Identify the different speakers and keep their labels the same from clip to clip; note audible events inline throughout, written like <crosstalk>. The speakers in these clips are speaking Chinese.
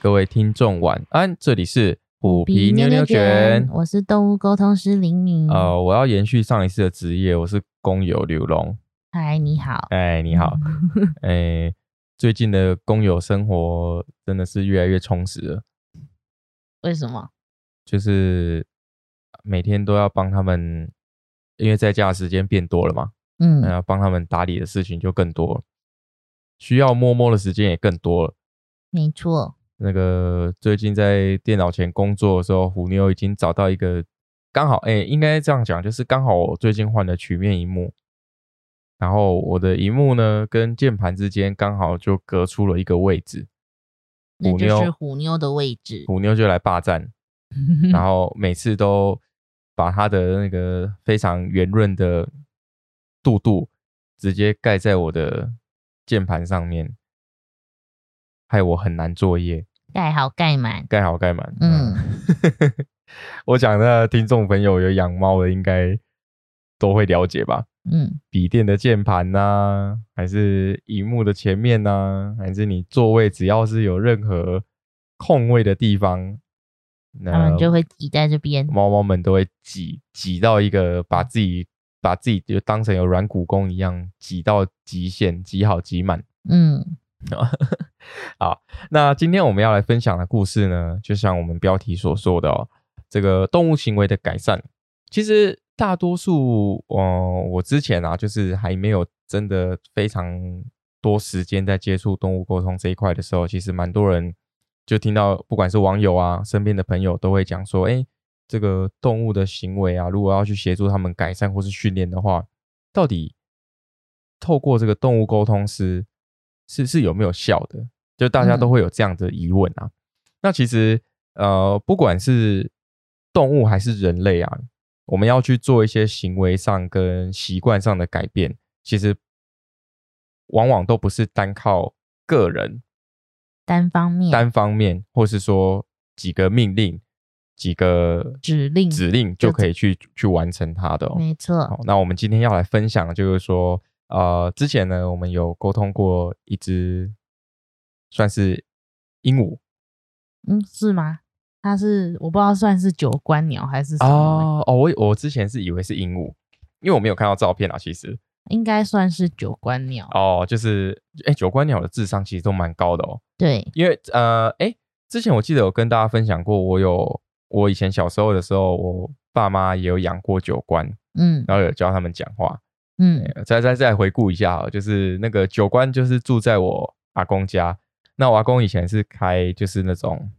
Speaker 1: 各位听众晚安，这里是虎皮妞妞卷。
Speaker 2: 我是动物沟通师林敏。
Speaker 1: 呃，我要延续上一次的职业，我是工友刘龙。
Speaker 2: 嗨，你好。
Speaker 1: 哎，你好，哎，最近的工友生活真的是越来越充实了，
Speaker 2: <laughs> 为什么？
Speaker 1: 就是每天都要帮他们，因为在家的时间变多了嘛，
Speaker 2: 嗯，
Speaker 1: 然后帮他们打理的事情就更多了，需要摸摸的时间也更多了。
Speaker 2: 没错。
Speaker 1: 那个最近在电脑前工作的时候，虎妞已经找到一个刚好，哎、应该这样讲，就是刚好我最近换了曲面荧幕，然后我的荧幕呢跟键盘之间刚好就隔出了一个位置，
Speaker 2: 那
Speaker 1: 虎
Speaker 2: 就是嗯
Speaker 1: 妞
Speaker 2: 虎妞的位置。
Speaker 1: 虎妞就来霸占，然后每次都把她的那个非常圆润的肚肚直接盖在我的键盘上面，害我很难作业。
Speaker 2: <laughs> 盖好盖满。
Speaker 1: 盖好盖满。
Speaker 2: 嗯，
Speaker 1: 我讲的听众朋友有养猫的，应该都会了解吧？
Speaker 2: 嗯，
Speaker 1: 笔电的键盘呐，还是荧幕的前面呐、还是你座位只要是有任何空位的地方，
Speaker 2: 他
Speaker 1: 那
Speaker 2: 们就会挤在这边。
Speaker 1: 猫猫们都会挤挤到一个把自己把自己就当成有软骨功一样挤到极限，挤好挤满。
Speaker 2: 嗯，
Speaker 1: 好，那今天我们要来分享的故事呢，就像我们标题所说的哦，这个动物行为的改善，其实大多数，呃，我之前啊，就是还没有真的非常多时间在接触动物沟通这一块的时候，其实蛮多人就听到，不管是网友啊，身边的朋友都会讲说，哎，这个动物的行为啊，如果要去协助他们改善或是训练的话，到底透过这个动物沟通师是是有没有效的？就大家都会有这样的疑问啊。那其实呃，不管是动物还是人类啊，我们要去做一些行为上跟习惯上的改变，其实往往都不是单靠个人
Speaker 2: 单方面。
Speaker 1: 单方面，或是说几个命令、几个
Speaker 2: 指令
Speaker 1: 指令就可以去去完成它的、哦。
Speaker 2: 没错。
Speaker 1: 好，那我们今天要来分享，就是说，呃，之前呢，我们有沟通过一只算是鹦鹉
Speaker 2: 嗯，是吗？它是我不知道算是九官鸟还是什么，
Speaker 1: 哦哦，我以我之前是以为是鹦鹉，因为我没有看到照片啊，其实
Speaker 2: 应该算是九官鸟。
Speaker 1: 哦，就是哎，九官鸟的智商其实都蛮高的哦，
Speaker 2: 对，
Speaker 1: 因为呃，哎，之前我记得有跟大家分享过，我有我以前小时候的时候，我爸妈也有养过九官，
Speaker 2: 嗯
Speaker 1: 然后有教他们讲话，
Speaker 2: 嗯
Speaker 1: 再再再回顾一下哦，就是那个九官就是住在我阿公家，那我阿公以前是开就是那种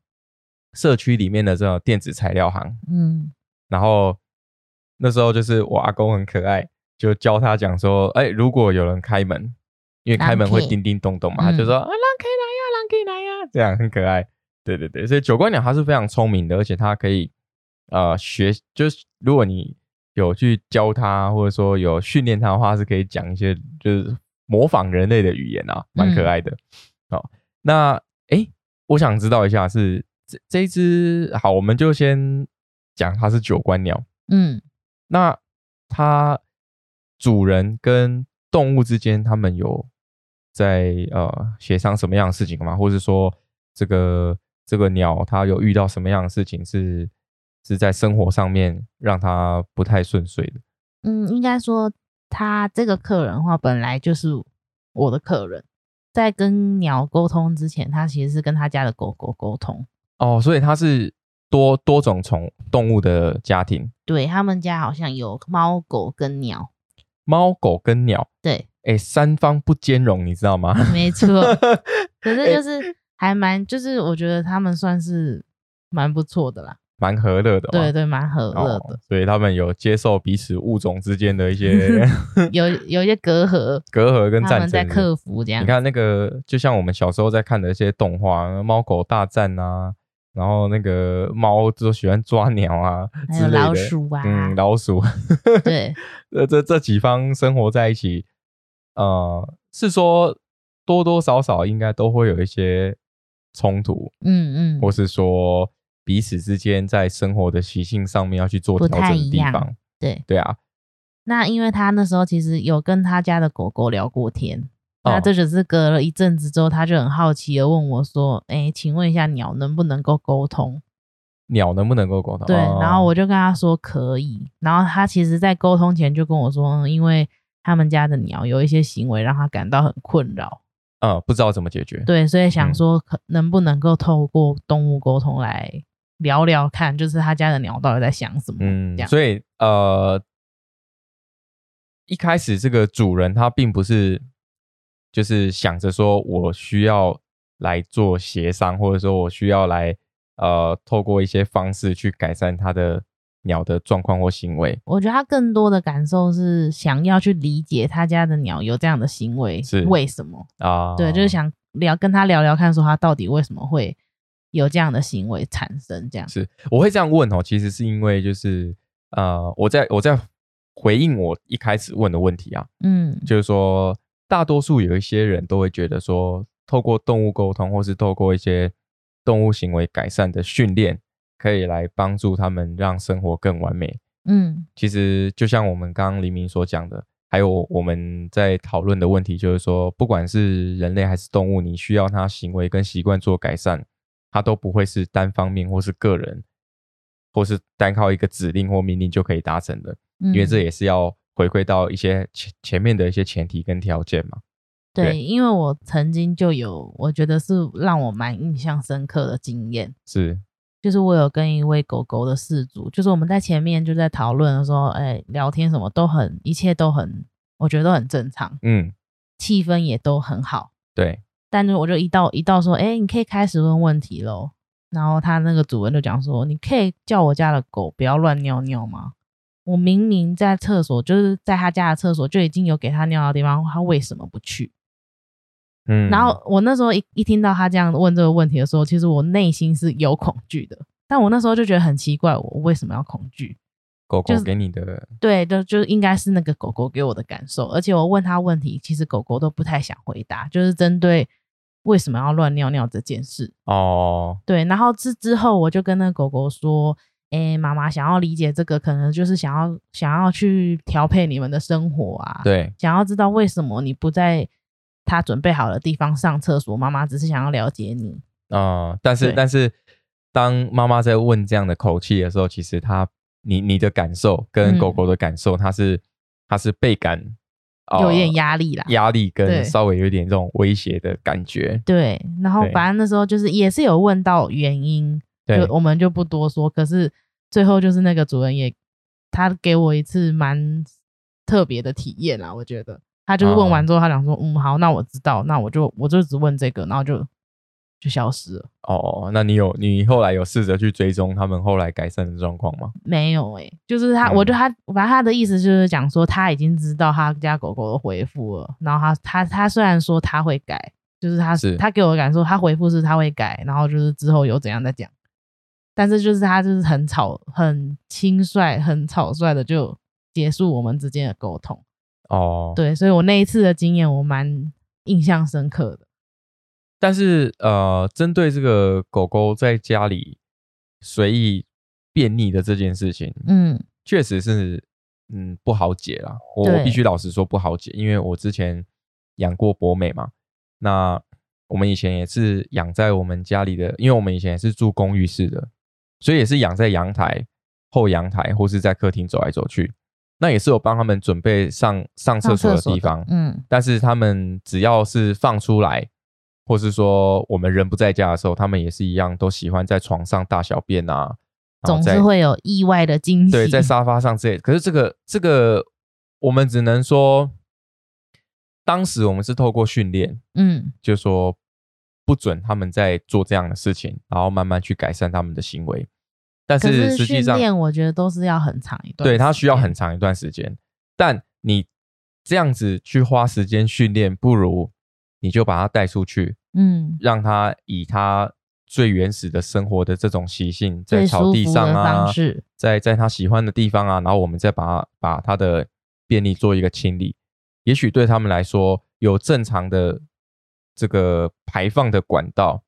Speaker 1: 社区里面的这种电子材料行，
Speaker 2: 嗯，
Speaker 1: 然后那时候就是我阿公很可爱，就教他讲说，哎、如果有人开门，因为开门会
Speaker 2: 狼 K
Speaker 1: 叮叮咚咚嘛，
Speaker 2: 嗯
Speaker 1: 他就说、啊，狼可以来呀，狼可以来呀，这样很可爱。对对对，所以九官鸟它是非常聪明的，而且它可以呃学，就是如果你有去教它，或者说有训练它的话，它是可以讲一些就是模仿人类的语言啊，蛮可爱的。好、那诶，我想知道一下是这这一只好，我们就先讲它是九官鸟。
Speaker 2: 嗯，
Speaker 1: 那它主人跟动物之间，他们有在呃协商什么样的事情吗？或是说这个这个鸟它有遇到什么样的事情是是在生活上面让它不太顺遂的？
Speaker 2: 嗯，应该说他这个客人的话，本来就是我的客人，在跟鸟沟通之前，他其实是跟他家的狗狗沟通。
Speaker 1: 哦，所以它是多多种宠动物的家庭，
Speaker 2: 对他们家好像有猫、狗跟鸟。
Speaker 1: 猫狗跟鸟，
Speaker 2: 对，
Speaker 1: 哎，三方不兼容，你知道吗？ <laughs>
Speaker 2: 没错。可是就是还蛮，就是我觉得他们算是蛮不错的啦。
Speaker 1: 蛮和乐的嘛，
Speaker 2: 对对，蛮和乐的，
Speaker 1: 哦，所以他们有接受彼此物种之间的一
Speaker 2: <laughs>
Speaker 1: 些
Speaker 2: 有有一些隔阂，
Speaker 1: 隔阂 <laughs> 跟
Speaker 2: 他
Speaker 1: 战争
Speaker 2: 们在
Speaker 1: 是不是
Speaker 2: 克服这样
Speaker 1: 你。看那个，就像我们小时候在看的一些动画，《猫狗大战》啊，然后那个猫都喜欢抓鸟啊
Speaker 2: 还
Speaker 1: 之
Speaker 2: 有
Speaker 1: 类的，
Speaker 2: 老鼠啊
Speaker 1: 嗯， <laughs> 老鼠，
Speaker 2: 对，
Speaker 1: 这这这几方生活在一起，呃，是说多多少少应该都会有一些冲突，
Speaker 2: 嗯嗯，
Speaker 1: 或是说彼此之间在生活的习性上面要去做
Speaker 2: 不
Speaker 1: 调整
Speaker 2: 太
Speaker 1: 的
Speaker 2: 一
Speaker 1: 地
Speaker 2: 样
Speaker 1: 方，
Speaker 2: 对。
Speaker 1: 对啊，
Speaker 2: 那因为他那时候其实有跟他家的狗狗聊过天，那
Speaker 1: 哦
Speaker 2: 这只是隔了一阵子之后，他就很好奇的问我说：“哎、请问一下，鸟能不能够沟通？”
Speaker 1: 鸟能不能够沟通？
Speaker 2: 对，
Speaker 1: 哦
Speaker 2: 然后我就跟他说可以，然后他其实在沟通前就跟我说，嗯，因为他们家的鸟有一些行为让他感到很困扰，
Speaker 1: 嗯不知道怎么解决。
Speaker 2: 对，所以想
Speaker 1: 嗯
Speaker 2: 说可能不能够透过动物沟通来聊聊看，就是他家的鸟到底在想什么，
Speaker 1: 嗯
Speaker 2: 这，样，
Speaker 1: 所以呃，一开始这个主人他并不是就是想着说我需要来做协商，或者说我需要来呃透过一些方式去改善它的鸟的状况或行为，
Speaker 2: 我觉得他更多的感受是想要去理解他家的鸟有这样的行为
Speaker 1: 是
Speaker 2: 为什么，
Speaker 1: 啊，
Speaker 2: 对，就是想聊跟他聊聊看，说他到底为什么会有这样的行为产生，这样，
Speaker 1: 是我会这样问哦，其实是因为就是呃，我在我在回应我一开始问的问题啊，
Speaker 2: 嗯，
Speaker 1: 就是说，大多数有一些人都会觉得说，透过动物沟通，或是透过一些动物行为改善的训练，可以来帮助他们让生活更完美。
Speaker 2: 嗯，
Speaker 1: 其实，就像我们刚刚黎明所讲的，还有我们在讨论的问题，就是说，不管是人类还是动物，你需要它行为跟习惯做改善，它都不会是单方面或是个人，或是单靠一个指令或命令就可以达成的。
Speaker 2: 因
Speaker 1: 因为这也是要回归到一些前前面的一些前提跟条件嘛。对
Speaker 2: 对，因为我曾经就有，我觉得是让我蛮印象深刻的经验，
Speaker 1: 是，
Speaker 2: 就是我有跟一位狗狗的饲主，就是我们在前面就在讨论说，哎，聊天什么都很，一切都很，我觉得都很正常，
Speaker 1: 嗯，
Speaker 2: 气氛也都很好。
Speaker 1: 对，
Speaker 2: 但是我就一到一到说，哎，你可以开始问问题喽。然后他那个主人就讲说，你可以叫我家的狗不要乱尿尿吗？我明明在厕所，就是在他家的厕所就已经有给他尿的地方，他为什么不去？
Speaker 1: 嗯，
Speaker 2: 然后我那时候一一听到他这样问这个问题的时候，其实我内心是有恐惧的，但我那时候就觉得很奇怪，我为什么要恐惧？
Speaker 1: 狗狗
Speaker 2: 就是
Speaker 1: 给你的，
Speaker 2: 对，就就应该是那个狗狗给我的感受，而且我问他问题，其实狗狗都不太想回答，就是针对为什么要乱尿尿这件事。
Speaker 1: 哦，
Speaker 2: 对，然后之之后我就跟那个狗狗说，诶，妈妈想要理解这个，可能就是想要想要去调配你们的生活啊，
Speaker 1: 对，
Speaker 2: 想要知道为什么你不在他准备好的地方上厕所，妈妈只是想要了解你。
Speaker 1: 啊、但是
Speaker 2: 对
Speaker 1: 但是，当妈妈在问这样的口气的时候，其实它，你你的感受跟
Speaker 2: 嗯
Speaker 1: 狗狗的感受，它是它是倍感，呃
Speaker 2: 有一点压力啦。
Speaker 1: 压力跟
Speaker 2: 对
Speaker 1: 稍微有一点这种威胁的感觉，
Speaker 2: 对，然后
Speaker 1: 对
Speaker 2: 反正那时候就是也是有问到原因，
Speaker 1: 对
Speaker 2: 就我们就不多说。可是最后就是那个主人也，他给我一次蛮特别的体验啦，我觉得。他就是问完之后，他讲说：“嗯，好，那我知道，那我就我就只问这个，然后就就消失了。
Speaker 1: 哦，那你有你后来有试着去追踪他们后来改善的状况吗？”
Speaker 2: 没有诶、就是他，
Speaker 1: 嗯
Speaker 2: 我就他，反正他的意思就是讲说他已经知道他家狗狗的回复了，然后他他他虽然说他会改，就是他
Speaker 1: 是
Speaker 2: 他给我的感受，他回复是他会改，然后就是之后有怎样再讲，但是就是他就是很草很轻率、很草率的就结束我们之间的沟通，
Speaker 1: 哦，
Speaker 2: 对，所以我那一次的经验我蛮印象深刻的，
Speaker 1: 但是呃，针对这个狗狗在家里随意便溺的这件事情，
Speaker 2: 嗯
Speaker 1: 确实是嗯不好解啦。我
Speaker 2: 对
Speaker 1: 我必须老实说不好解，因为我之前养过博美嘛，那我们以前也是养在我们家里的，因为我们以前也是住公寓式的，所以也是养在阳台、后阳台或是在客厅走来走去。那也是有帮他们准备上上厕
Speaker 2: 上
Speaker 1: 所
Speaker 2: 厕
Speaker 1: 的
Speaker 2: 所
Speaker 1: 地方，
Speaker 2: 嗯
Speaker 1: 但是他们只要是放出来，或是说我们人不在家的时候，他们也是一样，都喜欢在床上大小便啊，然后
Speaker 2: 总
Speaker 1: 在
Speaker 2: 是会有意外的惊喜，
Speaker 1: 对在沙发上之类。可是这个这个，我们只能说，当时我们是透过训练，
Speaker 2: 嗯
Speaker 1: 就说不准他们在做这样的事情，然后慢慢去改善他们的行为。但
Speaker 2: 可
Speaker 1: 是实际
Speaker 2: 训
Speaker 1: 上，
Speaker 2: 练我觉得都是要很长一段时间，
Speaker 1: 对它需要很长一段时间。但你这样子去花时间训练，不如你就把它带出去，
Speaker 2: 嗯
Speaker 1: 让它以它最原始的生活的这种习性，在
Speaker 2: 最
Speaker 1: 草
Speaker 2: 舒
Speaker 1: 地
Speaker 2: 服
Speaker 1: 上
Speaker 2: 的
Speaker 1: 啊
Speaker 2: 方，式，
Speaker 1: 在在它喜欢的地方啊，然后我们再把它把它的便利做一个清理。也许对他们来说，有正常的这个排放的管道，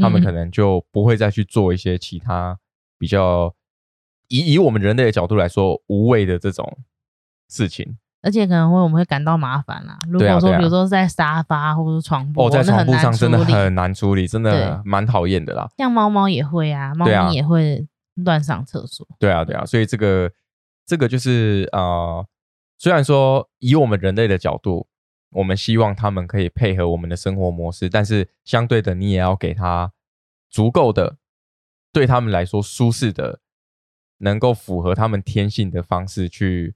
Speaker 1: 他们可
Speaker 2: 嗯
Speaker 1: 能就不会再去做一些其他比较以以我们人类的角度来说无谓的这种事情。
Speaker 2: 而且可能会我们会感到麻烦啦。如果
Speaker 1: 对
Speaker 2: 说
Speaker 1: 啊
Speaker 2: 比如说在沙发或者床铺，
Speaker 1: 哦，在
Speaker 2: 那
Speaker 1: 床
Speaker 2: 很
Speaker 1: 铺
Speaker 2: 难
Speaker 1: 上真的
Speaker 2: 处理
Speaker 1: 很难处理，真的
Speaker 2: 对
Speaker 1: 蛮讨厌的啦。
Speaker 2: 像猫猫也会啊，猫
Speaker 1: 对啊
Speaker 2: 咪也会乱上厕所。
Speaker 1: 对啊，对啊，所以这个这个就是呃，虽然说以我们人类的角度，我们希望他们可以配合我们的生活模式，但是相对的，你也要给他足够的对他们来说舒适的，能够符合他们天性的方式去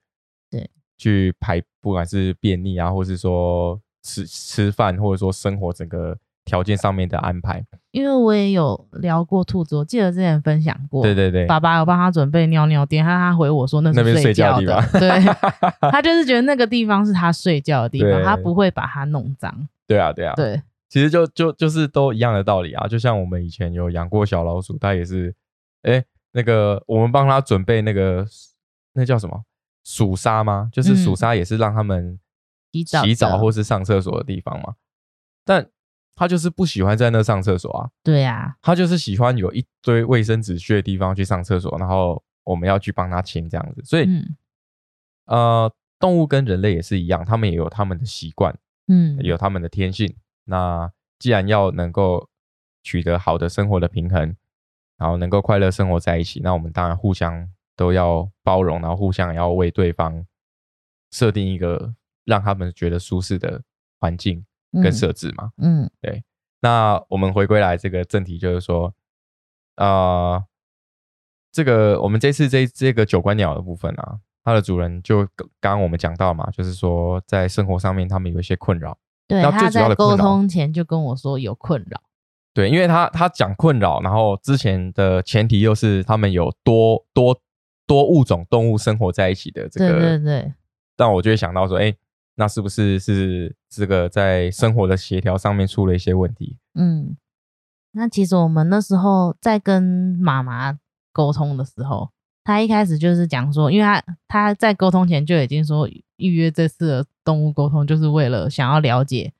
Speaker 2: 对
Speaker 1: 去排，不管是便利啊，或是说吃吃饭，或者说生活整个条件上面的安排。
Speaker 2: 因为我也有聊过兔子，我记得之前分享过，
Speaker 1: 对对对，
Speaker 2: 爸爸有帮他准备尿尿垫，但他回我说那
Speaker 1: 那边
Speaker 2: 是
Speaker 1: 睡觉的
Speaker 2: 觉
Speaker 1: <laughs>
Speaker 2: 的，对他就是觉得那个地方是他睡觉的地方，
Speaker 1: 对
Speaker 2: 他不会把它弄脏。
Speaker 1: 对啊，对啊，
Speaker 2: 对，
Speaker 1: 其实就就就是都一样的道理啊，就像我们以前有养过小老鼠，它也是，哎，那个我们帮它准备那个那叫什么鼠砂吗？就是
Speaker 2: 嗯
Speaker 1: 鼠砂也是让它们
Speaker 2: 洗澡
Speaker 1: 洗澡
Speaker 2: 的
Speaker 1: 或是上厕所的地方嘛，但它就是不喜欢在那上厕所啊，
Speaker 2: 对啊，
Speaker 1: 它就是喜欢有一堆卫生纸屑的地方去上厕所，然后我们要去帮它清这样子，所以、
Speaker 2: 嗯
Speaker 1: 呃，动物跟人类也是一样，它们也有它们的习惯。
Speaker 2: 嗯，
Speaker 1: 有他们的天性。那既然要能够取得好的生活的平衡，然后能够快乐生活在一起，那我们当然互相都要包容，然后互相也要为对方设定一个让他们觉得舒适的环境跟
Speaker 2: 嗯
Speaker 1: 设置嘛。
Speaker 2: 嗯
Speaker 1: 那我们回归来这个正题，就是说，呃，这个我们这次这这个九官鸟的部分啊，它的主人就刚刚我们讲到嘛，就是说在生活上面他们有一些困扰。
Speaker 2: 对，
Speaker 1: 那最
Speaker 2: 他
Speaker 1: 主要
Speaker 2: 在
Speaker 1: 的困
Speaker 2: 沟
Speaker 1: 扰
Speaker 2: 通前就跟我说有困扰，
Speaker 1: 对，因为他他讲困扰，然后之前的前提又是他们有多多多物种动物生活在一起的这个，
Speaker 2: 对对对，
Speaker 1: 但我就会想到说，哎，那是不是是这个在生活的协调上面出了一些问题？
Speaker 2: 嗯。那其实我们那时候在跟妈妈沟通的时候，她一开始就是讲说，因为她她在沟通前就已经说预约这次的动物沟通，就是为了想要了解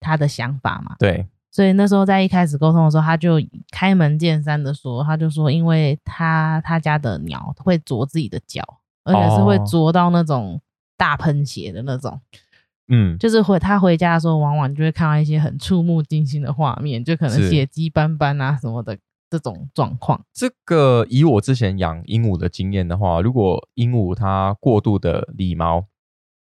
Speaker 2: 她的想法嘛。
Speaker 1: 对，
Speaker 2: 所以那时候在一开始沟通的时候，他就开门见山的说，他就说，因为他他家的鸟会啄自己的脚，而且是会
Speaker 1: 哦
Speaker 2: 啄到那种大喷血的那种，
Speaker 1: 嗯，
Speaker 2: 就是回他回家的时候，往往就会看到一些很触目惊心的画面，就可能
Speaker 1: 是
Speaker 2: 血迹斑斑啊什么的这种状况。
Speaker 1: 这个以我之前养鹦鹉的经验的话，如果鹦鹉它过度的理毛，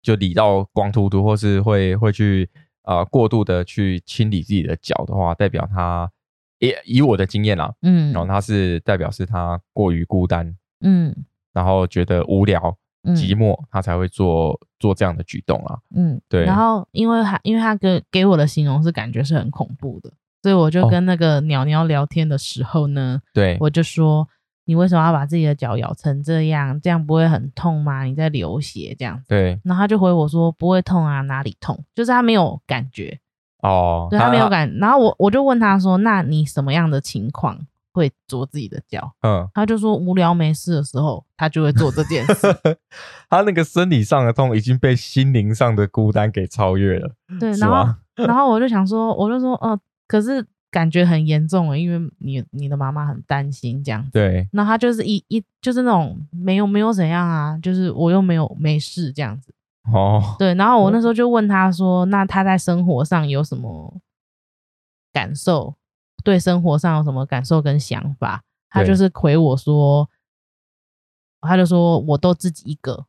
Speaker 1: 就理到光秃秃，或是会会去呃过度的去清理自己的脚的话，代表它，也以我的经验啦，
Speaker 2: 嗯
Speaker 1: 然后它是代表是它过于孤单，
Speaker 2: 嗯
Speaker 1: 然后觉得无聊、
Speaker 2: 嗯
Speaker 1: 寂寞，它才会做做这样的举动啊。
Speaker 2: 嗯，
Speaker 1: 对
Speaker 2: 然后因为他因为他给给我的形容是感觉是很恐怖的，所以我就
Speaker 1: 哦哎
Speaker 2: 跟那个鸟鸟聊天的时候呢，
Speaker 1: 对，
Speaker 2: 我就说你为什么要把自己的脚咬成这样？这样不会很痛吗？你在流血这样子。
Speaker 1: 对，
Speaker 2: 然后他就回我说不会痛啊，哪里痛？就是他没有感觉，
Speaker 1: 哦，
Speaker 2: 对他啊没有，感。然后我我就问他说，那你什么样的情况会啄自己的脚？
Speaker 1: 嗯，
Speaker 2: 他就说无聊没事的时候，他就会做这件
Speaker 1: <laughs>
Speaker 2: 事。
Speaker 1: 它那个生理上的痛已经被心灵上的孤单给超越了，
Speaker 2: 对，
Speaker 1: 是
Speaker 2: 然后
Speaker 1: 吗？
Speaker 2: 然后我就想说，我就说哦、可是感觉很严重欸了，因为你你的妈妈很担心这样子
Speaker 1: 对，
Speaker 2: 然后他就是一一就是那种没有没有怎样啊，就是我又没有没事这样子。
Speaker 1: 哦，
Speaker 2: 对，然后我那时候就问他说，那他在生活上有什么感受？对生活上有什么感受跟想法？他
Speaker 1: 对
Speaker 2: 就是回我说，他就说我都自己一个，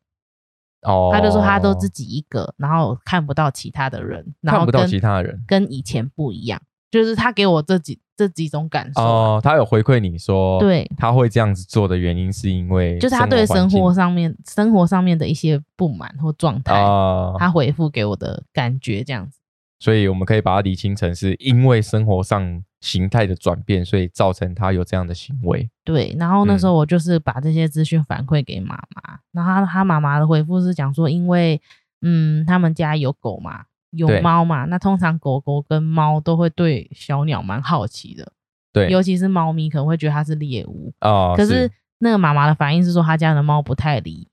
Speaker 1: 哦，
Speaker 2: 他就说他都自己一个，然后看不到其他的人，然
Speaker 1: 看
Speaker 2: 后
Speaker 1: 不到
Speaker 2: 跟
Speaker 1: 其他人。
Speaker 2: 跟以前不一样，就是他给我这几这几种感受啊、
Speaker 1: 哦，他有回馈你说，
Speaker 2: 对，
Speaker 1: 他会这样子做的原因是因为
Speaker 2: 就是他对生
Speaker 1: 环境
Speaker 2: 活上面生活上面的一些不满或状态，
Speaker 1: 啊，
Speaker 2: 他回复给我的感觉这样子。
Speaker 1: 所以我们可以把它理清成是因为生活上形态的转变，所以造成他有这样的行为。
Speaker 2: 对，然后那
Speaker 1: 嗯
Speaker 2: 时候我就是把这些资讯反馈给妈妈，然后她她妈妈的回复是讲说，因为嗯，他们家有狗嘛，有
Speaker 1: 对
Speaker 2: 猫嘛，那通常狗狗跟猫都会对小鸟蛮好奇的，
Speaker 1: 对，
Speaker 2: 尤其是猫咪可能会觉得它是猎物，
Speaker 1: 哦，
Speaker 2: 可是那个妈妈的反应是说，她家的猫不太理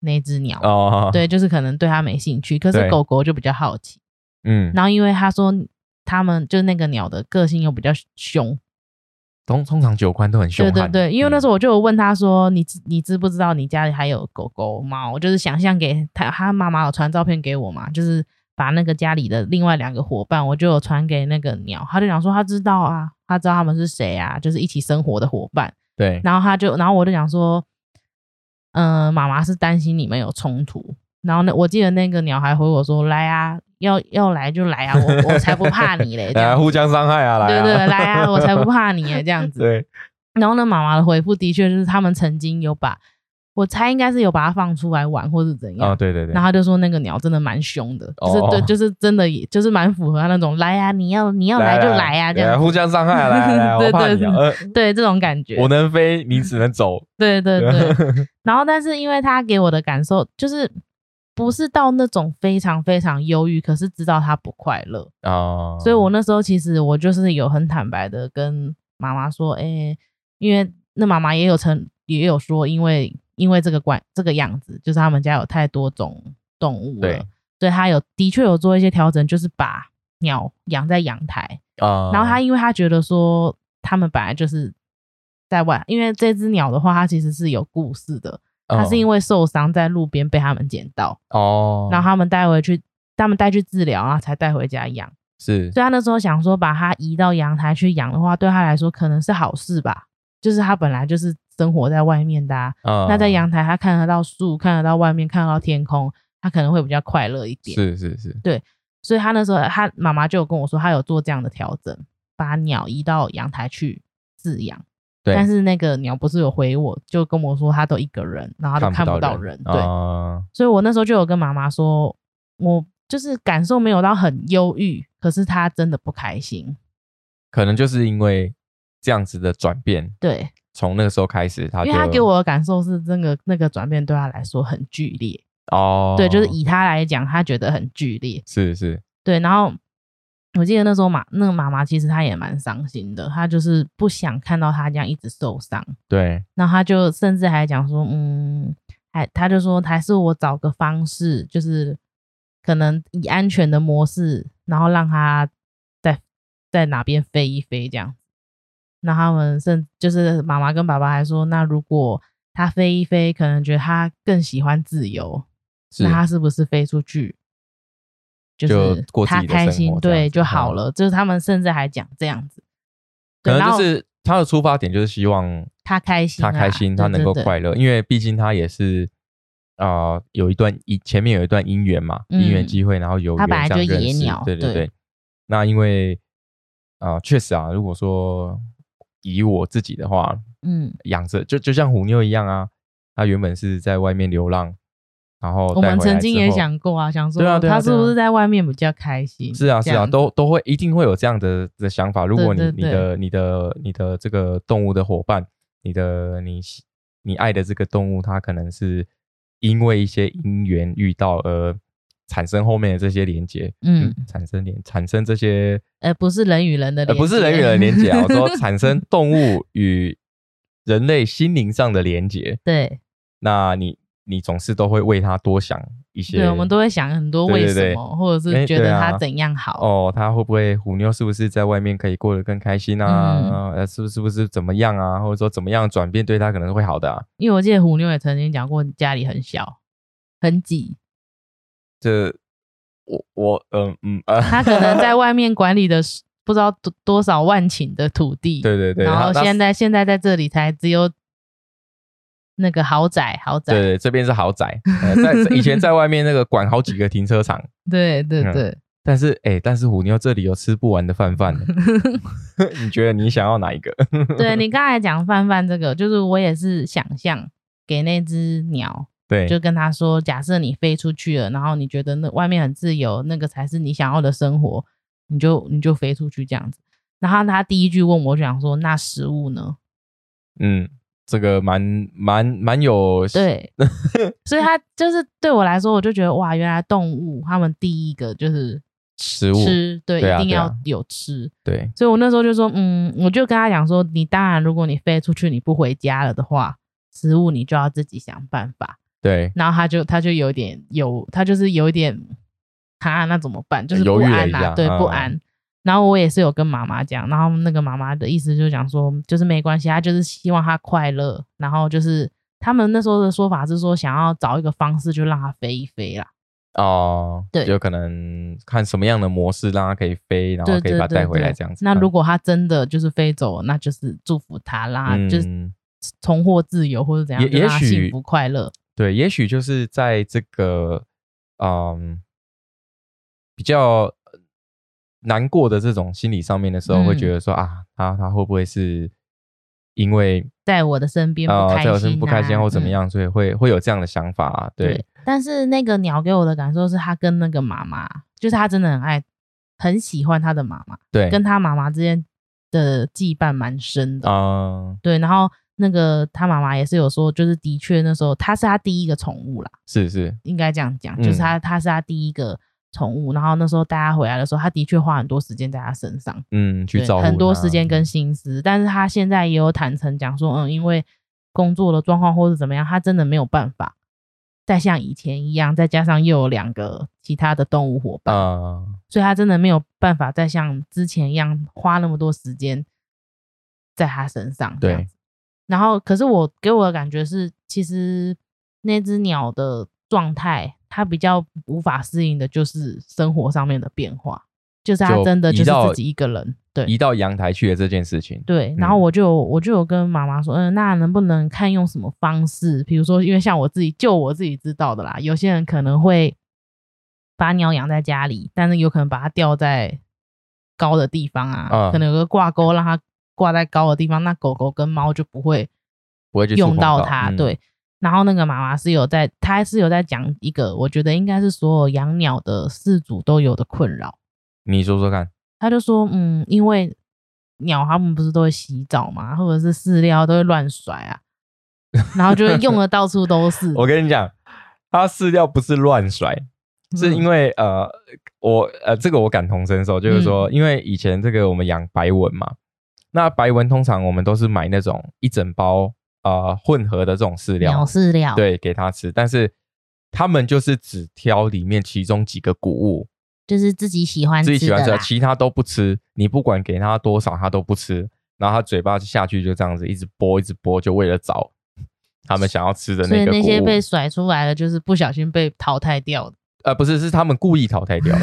Speaker 2: 那只鸟，
Speaker 1: 哦，，
Speaker 2: 对，就是可能对它没兴趣，可
Speaker 1: 对
Speaker 2: 是狗狗就比较好奇。
Speaker 1: 嗯，
Speaker 2: 然后因为他说他们就那个鸟的个性又比较凶，
Speaker 1: 通通常酒官都很凶
Speaker 2: 对
Speaker 1: 悍。嗯
Speaker 2: 对对，因为那时
Speaker 1: 候
Speaker 2: 候我就有问他说：“你知你知不知道你家里还有狗狗猫？”我就是想象给他，他妈妈有传照片给我嘛，就是把那个家里的另外两个伙伴，我就有传给那个鸟，他就讲说他知道啊，他知道他们是谁啊，就是一起生活的伙伴。
Speaker 1: 对
Speaker 2: 然后他就，然后我就讲说：“嗯、妈妈是担心你们有冲突。”然后呢，我记得那个鸟还回我说：“来啊，要要来就来啊，我我才不怕你嘞。”这
Speaker 1: <laughs> 来啊
Speaker 2: 样子，
Speaker 1: 互相伤害啊，来
Speaker 2: 对
Speaker 1: 啊，
Speaker 2: 对，对来啊，我才
Speaker 1: <laughs>
Speaker 2: 不怕你嘞，这样子。
Speaker 1: 对
Speaker 2: 然后呢，妈妈的回复的确就是他们曾经有把，我猜应该是有把它放出来玩或是怎样。
Speaker 1: 啊，对对对
Speaker 2: 然，后他就说那个鸟真的蛮凶的，就是
Speaker 1: 哦
Speaker 2: 对，就是真的也就是蛮符合他那种来啊，你要你要来就来啊这
Speaker 1: 来
Speaker 2: 样，
Speaker 1: 互相伤害啊，来
Speaker 2: <laughs>
Speaker 1: 来，来
Speaker 2: 对
Speaker 1: 我怕你啊，呃，
Speaker 2: 对这种感觉
Speaker 1: 我。能飞，你只能走。
Speaker 2: 对对对。
Speaker 1: <laughs>
Speaker 2: 然后但是因为他给我的感受就是不是到那种非常非常忧郁，可是知道他不快乐，
Speaker 1: 啊，
Speaker 2: 所以我那时候其实我就是有很坦白的跟妈妈说，哎、因为那妈妈也有曾也有说，因为因为这个关这个样子，就是他们家有太多种动物
Speaker 1: 对
Speaker 2: 了，所以她有的确有做一些调整，就是把鸟养在阳台，
Speaker 1: 啊，
Speaker 2: 然后她因为她觉得说他们本来就是在外，因为这只鸟的话，它其实是有故事的，它是因
Speaker 1: 为
Speaker 2: 为受伤在路边被他们捡到，
Speaker 1: 哦，
Speaker 2: 然后他们带回去，他们带去治疗，然后才带回家养。
Speaker 1: 是
Speaker 2: 所以他那时候想说，把它移到阳台去养的话，对他来说可能是好事吧。就是他本来就是生活在外面的、啊，
Speaker 1: 啊，
Speaker 2: 那在阳台他看得到树，看得到外面，看得到天空，他可能会比较快乐一点。
Speaker 1: 是是是，
Speaker 2: 所以他那时候他妈妈就有跟我说，他有做这样的调整，把鸟移到阳台去饲养。
Speaker 1: 对
Speaker 2: 但是那个鸟不是有回我，就跟我说他都一个人，然后他都看不到人。对，
Speaker 1: 啊，
Speaker 2: 所以我那时候就有跟妈妈说，我就是感受没有到很忧郁，可是他真的不开心。
Speaker 1: 可能就是因为这样子的转变，
Speaker 2: 对，
Speaker 1: 从那个时候开始，他
Speaker 2: 因为
Speaker 1: 就
Speaker 2: 他给我的感受是，真的那个转变对他来说很剧烈。
Speaker 1: 哦，
Speaker 2: 对，就是以他来讲，他觉得很剧烈。
Speaker 1: 是是
Speaker 2: 对，然后我记得那时候妈那个妈妈其实她也蛮伤心的，她就是不想看到他这样一直受伤，
Speaker 1: 对
Speaker 2: 然后她就甚至还讲说，嗯，还她就说还是我找个方式，就是可能以安全的模式，然后让他在在哪边飞一飞这样。那他们甚就是妈妈跟爸爸还说，那如果他飞一飞，可能觉得他更喜欢自由，
Speaker 1: 是
Speaker 2: 那他是不是飞出去，就
Speaker 1: 就是过自
Speaker 2: 他
Speaker 1: 己的
Speaker 2: 开
Speaker 1: 生
Speaker 2: 心
Speaker 1: 活这样
Speaker 2: 对
Speaker 1: 子
Speaker 2: 就好
Speaker 1: 嗯
Speaker 2: 了。就是他们甚至还讲这样子，
Speaker 1: 可
Speaker 2: 对，
Speaker 1: 能
Speaker 2: 然
Speaker 1: 就
Speaker 2: 后
Speaker 1: 是他的出发点就是希望
Speaker 2: 他开心啊、
Speaker 1: 他开心，他
Speaker 2: 对
Speaker 1: 能
Speaker 2: 对
Speaker 1: 够
Speaker 2: 对
Speaker 1: 快乐，因为毕竟他也是啊、呃有一段姻前面有一段姻缘嘛，
Speaker 2: 嗯
Speaker 1: 姻缘机会，然后有
Speaker 2: 他本
Speaker 1: 缘
Speaker 2: 来
Speaker 1: 上
Speaker 2: 就
Speaker 1: 认
Speaker 2: 野
Speaker 1: 识
Speaker 2: 鸟
Speaker 1: 对对
Speaker 2: 对
Speaker 1: 对。那因为啊，呃确、实啊，如果说以我自己的话，
Speaker 2: 嗯，
Speaker 1: 养着就就像虎妞一样啊，它原本是在外面流浪，然后
Speaker 2: 我
Speaker 1: 哦带
Speaker 2: 们
Speaker 1: 回来
Speaker 2: 曾经
Speaker 1: 之
Speaker 2: 也
Speaker 1: 后
Speaker 2: 想过啊，想说
Speaker 1: 对啊对啊
Speaker 2: 他是
Speaker 1: 对啊
Speaker 2: 不是在外面比较开心？
Speaker 1: 是啊，
Speaker 2: 这
Speaker 1: 是啊，
Speaker 2: 样
Speaker 1: 都都会一定会有这样的的想法。如果你
Speaker 2: 对
Speaker 1: 你
Speaker 2: 对
Speaker 1: 的你的你的这个动物的伙伴，你的你喜你爱的这个动物，它可能是因为一些因缘遇到而产生后面的这些连接，
Speaker 2: 嗯，
Speaker 1: 产生连产生这些
Speaker 2: 呃，不是人与人的
Speaker 1: 呃
Speaker 2: 连接，
Speaker 1: 不是人与人的连接啊，我说产生动物与人类心灵上的连接，
Speaker 2: <laughs> 对
Speaker 1: 那你你总是都会为它多想一些，
Speaker 2: 对，我们都会想很多
Speaker 1: 对
Speaker 2: 为
Speaker 1: 对
Speaker 2: 什
Speaker 1: 对
Speaker 2: 么，或者
Speaker 1: 哎
Speaker 2: 是觉
Speaker 1: 对
Speaker 2: 得
Speaker 1: 啊
Speaker 2: 他怎样好，
Speaker 1: 哦，他会不会虎妞是不是在外面可以过得更开心
Speaker 2: 嗯
Speaker 1: 啊？呃，是不是不是怎么样啊？或者说怎么样转变对他可能会好的、啊？
Speaker 2: 因为我记得虎妞也曾经讲过，家里很小，很挤，
Speaker 1: 这我我嗯嗯啊，
Speaker 2: 他可能在外面管理的是不知道多多少万顷的土
Speaker 1: <laughs>
Speaker 2: 地，
Speaker 1: 对对对，
Speaker 2: 然后
Speaker 1: 他
Speaker 2: 现在现在在这里才只有那个豪宅，豪
Speaker 1: 对
Speaker 2: 宅，
Speaker 1: 对这边是豪
Speaker 2: <laughs>
Speaker 1: 宅，呃、在以前在外面那个管好几个停车场，
Speaker 2: 对对
Speaker 1: 嗯
Speaker 2: 对，
Speaker 1: 但是哎，但是虎妞这里有吃不完的饭
Speaker 2: <laughs>
Speaker 1: 饭， <laughs> 你觉得你想要哪一个？ <laughs>
Speaker 2: 对你刚才讲范范这个，就是我也是想象给那只鸟，
Speaker 1: 对，
Speaker 2: 就跟他说，假设你飞出去了，然后你觉得那外面很自由，那个才是你想要的生活，你就你就飞出去这样子。然后他第一句问我，我就想说，那食物呢？
Speaker 1: 嗯，这个蛮蛮蛮有 <laughs>
Speaker 2: 对，所以他就是对我来说，我就觉得哇，原来动物他们第一个就是
Speaker 1: 食物，
Speaker 2: 吃，对，
Speaker 1: 对啊
Speaker 2: 一定
Speaker 1: 对啊
Speaker 2: 要有吃。
Speaker 1: 对
Speaker 2: 所以我那时候就说，嗯，我就跟他讲说，你当然如果你飞出去你不回家了的话，食物你就要自己想办法。
Speaker 1: 对，
Speaker 2: 然后他就他就有点有，他就是有一点，啊，那怎么办？就是
Speaker 1: 犹
Speaker 2: 不
Speaker 1: 豫了
Speaker 2: 安
Speaker 1: 一下
Speaker 2: 啊，对，
Speaker 1: 嗯
Speaker 2: 不安。然后我也是有跟妈妈讲，然后那个妈妈的意思就是讲说，就是没关系，她就是希望她快乐，然后就是他们那时候的说法是说想要找一个方式就让它飞一飞啦，
Speaker 1: 哦，
Speaker 2: 对
Speaker 1: 就可能看什么样的模式让它可以飞，然后
Speaker 2: 对
Speaker 1: 可以
Speaker 2: 对
Speaker 1: 把它
Speaker 2: 对
Speaker 1: 带回来
Speaker 2: 对
Speaker 1: 这样子。嗯
Speaker 2: 那如
Speaker 1: 果
Speaker 2: 果它真的就是飞走了，那就是祝福它啦，啊
Speaker 1: 嗯
Speaker 2: 就是重获自由或者怎样，
Speaker 1: 也
Speaker 2: 就
Speaker 1: 也
Speaker 2: 让它
Speaker 1: 许
Speaker 2: 幸福快乐。
Speaker 1: 对，也许就是在这个嗯比较难过的这种心理上面的时候，会觉
Speaker 2: 嗯
Speaker 1: 得说啊，他他会不会是因为
Speaker 2: 在我的身边
Speaker 1: 啊、
Speaker 2: 不开
Speaker 1: 在我身边不开心
Speaker 2: 啊
Speaker 1: 或怎么
Speaker 2: 嗯
Speaker 1: 样，所以会会有这样的想法、啊。对，
Speaker 2: 对，但是那个鸟给我的感受是，它跟那个妈妈，就是它真的很爱，很喜欢它的妈妈，
Speaker 1: 对，
Speaker 2: 跟它妈妈之间的羁绊蛮深的。
Speaker 1: 嗯
Speaker 2: 对，然后那个它妈妈也是有说，就是的确那时候它是它第一个宠物啦，
Speaker 1: 是是，
Speaker 2: 应该这样讲，
Speaker 1: 嗯
Speaker 2: 就是它它是它第一个宠物。然后那时候带它回来的时候，它的确花很多时间在它身上。
Speaker 1: 嗯，去
Speaker 2: 对
Speaker 1: 照顾
Speaker 2: 很多
Speaker 1: 它
Speaker 2: 时间跟心思，但是他现在也有坦诚讲说，嗯，因为工作的状况或者怎么样，他真的没有办法再像以前一样，再加上又有两个其他的动物伙伴，
Speaker 1: 嗯
Speaker 2: 所以他真的没有办法再像之前一样花那么多时间在他身上。这样
Speaker 1: 对
Speaker 2: 子，然后可是我给我的感觉是，其实那只鸟的状态，它比较无法适应的就是生活上面的变化，就是它
Speaker 1: 就
Speaker 2: 真的
Speaker 1: 移
Speaker 2: 就是
Speaker 1: 到
Speaker 2: 自己一个人，对，
Speaker 1: 移到阳台去的这件事情，
Speaker 2: 对，然后
Speaker 1: 嗯
Speaker 2: 我就有、我就有跟妈妈说，嗯、那能不能看用什么方式？比如说，因为像我自己，就我自己知道的啦，有些人可能会把鸟养在家里，但是有可能把它吊在高的地方啊，
Speaker 1: 嗯
Speaker 2: 可能有个挂钩让它挂在高的地方，那狗狗跟猫就不会
Speaker 1: 不会去触
Speaker 2: 用
Speaker 1: 碰
Speaker 2: 到
Speaker 1: 到
Speaker 2: 它。
Speaker 1: 嗯
Speaker 2: 对，然后那个妈妈是有在，她是有在讲一个，我觉得应该是所有养鸟的饲主都有的困扰。
Speaker 1: 你说说看，
Speaker 2: 他就说，嗯，因为鸟它们不是都会洗澡嘛，或者是饲料都会乱
Speaker 1: <laughs>。
Speaker 2: 甩啊，然后就会用的到处都是
Speaker 1: 我跟你讲，它啊饲料不是乱甩，是因
Speaker 2: 为
Speaker 1: 为呃，我呃，这个我感同身受，就是说，
Speaker 2: 嗯
Speaker 1: 因为以前这个我们养白纹嘛，那白纹通常我们都是买那种一整包呃混合的这种饲
Speaker 2: 嗯鸟
Speaker 1: 料，
Speaker 2: 饲料，，
Speaker 1: 对，给它吃，但是他们就是只挑里面其中几个谷物
Speaker 2: 就是自己喜欢
Speaker 1: 自己喜欢
Speaker 2: 的
Speaker 1: 吃，
Speaker 2: 啦
Speaker 1: 其他都不吃，你不管给它多少，它都不吃，然后它嘴巴下去就这样子一直拨一直拨，就为了找 <laughs> 他们想要吃的
Speaker 2: 所以
Speaker 1: 那个
Speaker 2: 那
Speaker 1: 谷
Speaker 2: 些
Speaker 1: 物。
Speaker 2: 被甩出来的，就是不小心被淘汰
Speaker 1: <laughs>
Speaker 2: 掉的，
Speaker 1: 呃，不是，是他们故意淘汰掉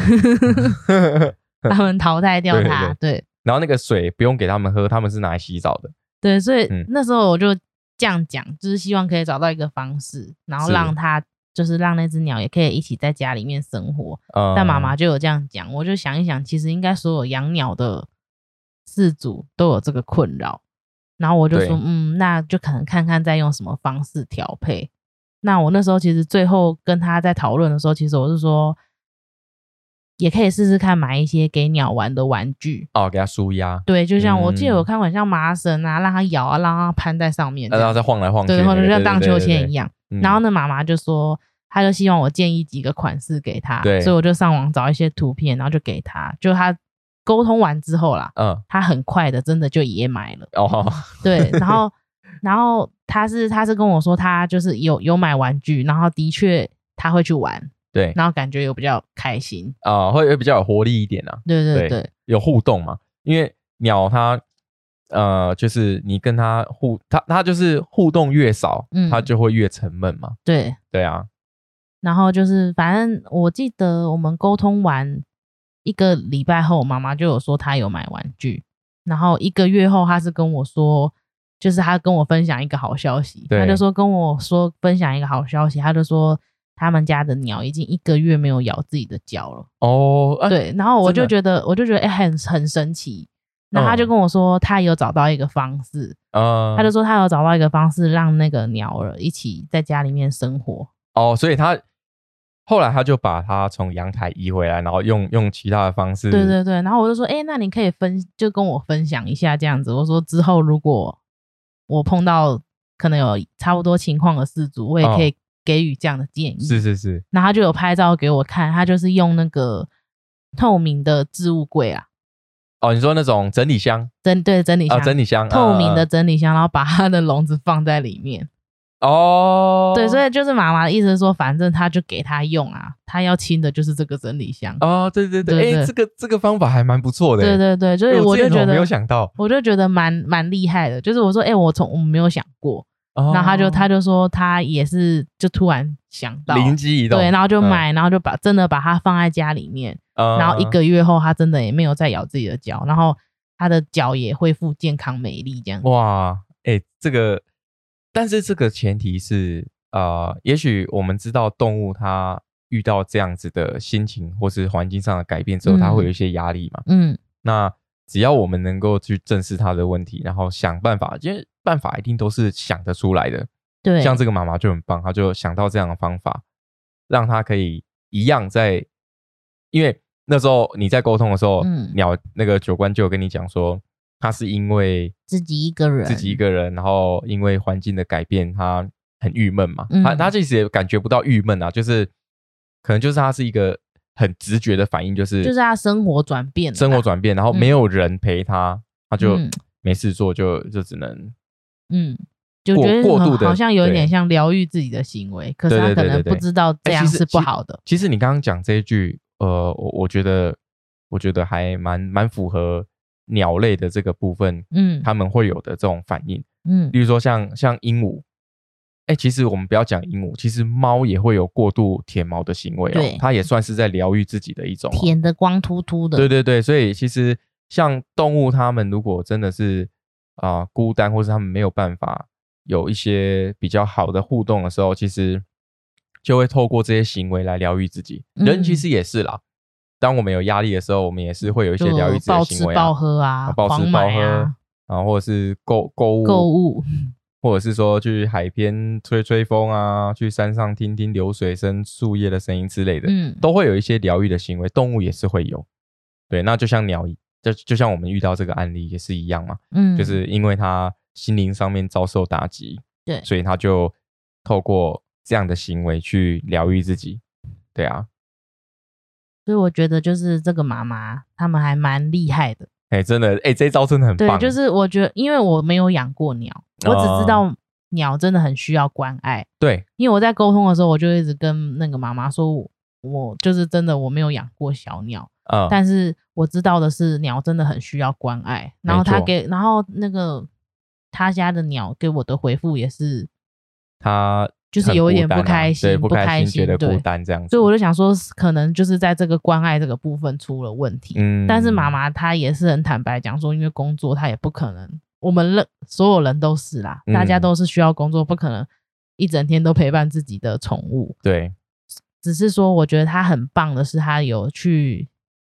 Speaker 1: 的。
Speaker 2: <laughs> 他们淘汰掉
Speaker 1: 对对
Speaker 2: 它，对
Speaker 1: <laughs> 然后那个水不用给他们喝，他们是拿来洗澡的。
Speaker 2: 对，所以
Speaker 1: 嗯
Speaker 2: 那时候我就这样讲，就是希望可以找到一个方式，然后
Speaker 1: 是
Speaker 2: 让它就是让那只鸟也可以一起在家里面生活，
Speaker 1: 呃，
Speaker 2: 但妈妈就有这样讲，我就想一想，其实应该所有养鸟的饲主都有这个困扰。然后我就说
Speaker 1: 对，
Speaker 2: 嗯，那就可能看看再用什么方式调配。那我那时候其实最后跟他在讨论的时候，其实我是说，也可以试试看买一些给鸟玩的玩具。
Speaker 1: 哦，给它舒
Speaker 2: <laughs>
Speaker 1: 压，
Speaker 2: 对，就像我记得
Speaker 1: 嗯
Speaker 2: 我看过很像麻绳啊，让它摇啊，让它攀在上面这
Speaker 1: 让它
Speaker 2: 样，
Speaker 1: 再晃来晃去那
Speaker 2: 对，
Speaker 1: 个，
Speaker 2: 或者
Speaker 1: 对
Speaker 2: 像荡秋千一。样。
Speaker 1: 对对对
Speaker 2: 然后
Speaker 1: 嗯
Speaker 2: 呢，妈妈就说，她就希望我建议几个款式给她，
Speaker 1: 对
Speaker 2: 所以我就上网找一些图片，然后就给她。就她沟通完之后啦，
Speaker 1: 嗯，
Speaker 2: 她很快的真的就也买了，
Speaker 1: 哦， <laughs>
Speaker 2: 对，然后然后她是她是跟我说，她就是有有买玩具，然后的确她会去玩，
Speaker 1: 对，
Speaker 2: 然后感觉有比较开心，
Speaker 1: 啊，会会比较有活力一点啊，
Speaker 2: 对
Speaker 1: 对
Speaker 2: 对对，
Speaker 1: 有互动嘛。因为鸟它，呃，就是你跟它互，它它就是互动越少，
Speaker 2: 嗯
Speaker 1: 它就会越沉闷嘛。
Speaker 2: 对
Speaker 1: 对啊，
Speaker 2: 然后就是，反正我记得我们沟通完一个礼拜后，妈妈就有说她有买玩具。然后一个月后，她是跟我说，就是她跟我分享一个好消息，
Speaker 1: 对
Speaker 2: 她就说跟我说分享一个好消息，她就说他们家的鸟已经一个月没有咬自己的脚了。
Speaker 1: 哦，啊，
Speaker 2: 对，然后我
Speaker 1: 真
Speaker 2: 就
Speaker 1: 的
Speaker 2: 觉得，我就觉得哎、很很神奇。然后她就
Speaker 1: 嗯
Speaker 2: 跟我说，她有找到一个方式，
Speaker 1: 嗯，
Speaker 2: 她就说她有找到一个方式让那个鸟儿一起在家里面生活。
Speaker 1: 哦，所以它后来它就把它从阳台移回来，然后用用其他的方式，
Speaker 2: 对对对，然后我就说，哎、那你可以分，就跟我分享一下这样子。我说之后如果我碰到可能有差不多情况的事主，我也可以给予这样的建议。
Speaker 1: 哦是是是，
Speaker 2: 然后他就有拍照给我看，他就是用那个透明的置物柜啊，
Speaker 1: 哦，你说那种整理箱
Speaker 2: 整对整理
Speaker 1: 啊、
Speaker 2: 箱，
Speaker 1: 整理箱，
Speaker 2: 透明的
Speaker 1: 嗯，
Speaker 2: 整理箱，然后把他的笼子放在里面。
Speaker 1: 哦，
Speaker 2: 对，
Speaker 1: 以
Speaker 2: 所以就是妈妈的意思是说，反正他就给他用啊，他要清的就是这个整理箱。
Speaker 1: 哦，对对
Speaker 2: 对
Speaker 1: 对，哎，
Speaker 2: 对
Speaker 1: 这个这个方法还蛮不错的，
Speaker 2: 对对对，所以
Speaker 1: 哎我
Speaker 2: 我
Speaker 1: 之
Speaker 2: 就
Speaker 1: 前怎
Speaker 2: 觉
Speaker 1: 么
Speaker 2: 得
Speaker 1: 没有想到，
Speaker 2: 我就觉得蛮蛮厉害的，就是我说，哎、我从我没有想过，
Speaker 1: 然
Speaker 2: 然后他就他就说他也是就突然想到，
Speaker 1: 灵机一动，
Speaker 2: 对，然后就
Speaker 1: 嗯，
Speaker 2: 买，然后就把真的把它放在家里面，
Speaker 1: 嗯
Speaker 2: 然后一个月后他真的也没有再咬自己的脚，然后他的脚也恢复健康美丽这样。
Speaker 1: 哇，哎、这个，但是这个前提是，呃，也许我们知道动物它遇到这样子的心情或是环境上的改变之后，它会有一些压力嘛。
Speaker 2: 嗯，
Speaker 1: 那只要我们能够去正视它的问题，然后想办法，因为办法一定都是想得出来的。
Speaker 2: 对，
Speaker 1: 像这个妈妈就很棒，她就想到这样的方法，让她可以一样在，因为那时候你在沟通的时候，
Speaker 2: 嗯
Speaker 1: 鸟那个九官就有跟你讲说，她是因为
Speaker 2: 自己一个人，
Speaker 1: 自己一个人，然后因为环境的改变，他很郁闷嘛。
Speaker 2: 嗯
Speaker 1: 他他其实也感觉不到郁闷啊，就是可能就是他是一个很直觉的反应，就是
Speaker 2: 就是他生活转变了啦，
Speaker 1: 生活转变，然后没有人陪他，他就
Speaker 2: 嗯
Speaker 1: 没事做，就就只能
Speaker 2: 嗯，就
Speaker 1: 过
Speaker 2: 觉得
Speaker 1: 过
Speaker 2: 好
Speaker 1: 度的
Speaker 2: 好像有一
Speaker 1: 对
Speaker 2: 点像疗愈自己的行为，可是
Speaker 1: 对
Speaker 2: 他
Speaker 1: 对
Speaker 2: 可
Speaker 1: 对
Speaker 2: 能
Speaker 1: 对
Speaker 2: 不
Speaker 1: 对
Speaker 2: 知道
Speaker 1: 哎
Speaker 2: 这样
Speaker 1: 其实
Speaker 2: 是不
Speaker 1: 其
Speaker 2: 好的。
Speaker 1: 其实你刚刚讲这一句，呃，我我觉得我觉得还蛮蛮符合鸟类的这个部分，
Speaker 2: 嗯
Speaker 1: 他们会有的这种反应。
Speaker 2: 嗯
Speaker 1: 例如说像像鹦鹉，哎、其实我们不要讲鹦鹉，其实猫也会有过度舔毛的行为哦
Speaker 2: 对，
Speaker 1: 它也算是在疗愈自己的一种、哦。
Speaker 2: 舔的光秃秃的，
Speaker 1: 对对对，所以其实像动物，它们如果真的是啊、孤单，或是它们没有办法有一些比较好的互动的时候，其实就会透过这些行为来疗愈自己。人其
Speaker 2: 嗯
Speaker 1: 实也是啦，当我们有压力的时候，我们也是会有一些
Speaker 2: 就
Speaker 1: 疗愈自己的
Speaker 2: 暴
Speaker 1: 行
Speaker 2: 吃
Speaker 1: 为、啊，
Speaker 2: 暴喝啊，
Speaker 1: 暴
Speaker 2: 狂
Speaker 1: 吃暴
Speaker 2: 买
Speaker 1: 喝，
Speaker 2: 啊，
Speaker 1: 然后或者是购购物
Speaker 2: 购物，
Speaker 1: <laughs> 或者是说去海边吹吹风啊，去山上听听流水声、树叶的声音之类的，
Speaker 2: 嗯，
Speaker 1: 都会有一些疗愈的行为。动物也是会有，对，那就像鸟，就就像我们遇到这个案例也是一样嘛，
Speaker 2: 嗯，
Speaker 1: 就是因为它心灵上面遭受打击，
Speaker 2: 对
Speaker 1: 所以它就透过这样的行为去疗愈自己。对啊，
Speaker 2: 所以我觉得就是这个妈妈他们还蛮厉害的，
Speaker 1: 哎、真的，哎、这一招真的很
Speaker 2: 对，
Speaker 1: 棒，哦
Speaker 2: 就是我觉得因为我没有养过鸟，我只知道鸟真的很需要关爱，
Speaker 1: 对，
Speaker 2: 因为我在沟通的时候，我就一直跟那个妈妈说我。我就是真的我没有养过小鸟，
Speaker 1: 嗯，
Speaker 2: 但是我知道的是鸟真的很需要关爱。然后
Speaker 1: 没
Speaker 2: 他
Speaker 1: 错
Speaker 2: 给，然后那个他家的鸟给我的回复也是
Speaker 1: 它
Speaker 2: 就是
Speaker 1: 很
Speaker 2: 有一
Speaker 1: 孤
Speaker 2: 点不
Speaker 1: 单啊
Speaker 2: 开
Speaker 1: 对，
Speaker 2: 心
Speaker 1: 不
Speaker 2: 不开
Speaker 1: 心，觉
Speaker 2: 心
Speaker 1: 得孤
Speaker 2: 对
Speaker 1: 单这样子
Speaker 2: 所以，我就想说，可能就是在这个关爱这个部分出了问题。
Speaker 1: 嗯
Speaker 2: 但是妈妈她也是很坦白讲说，因为工作她也不可能，我们认所有人都是啦，
Speaker 1: 嗯
Speaker 2: 大家都是需要工作，不可能一整天都陪伴自己的宠物。
Speaker 1: 对，
Speaker 2: 只是说，我觉得她很棒的是，她有去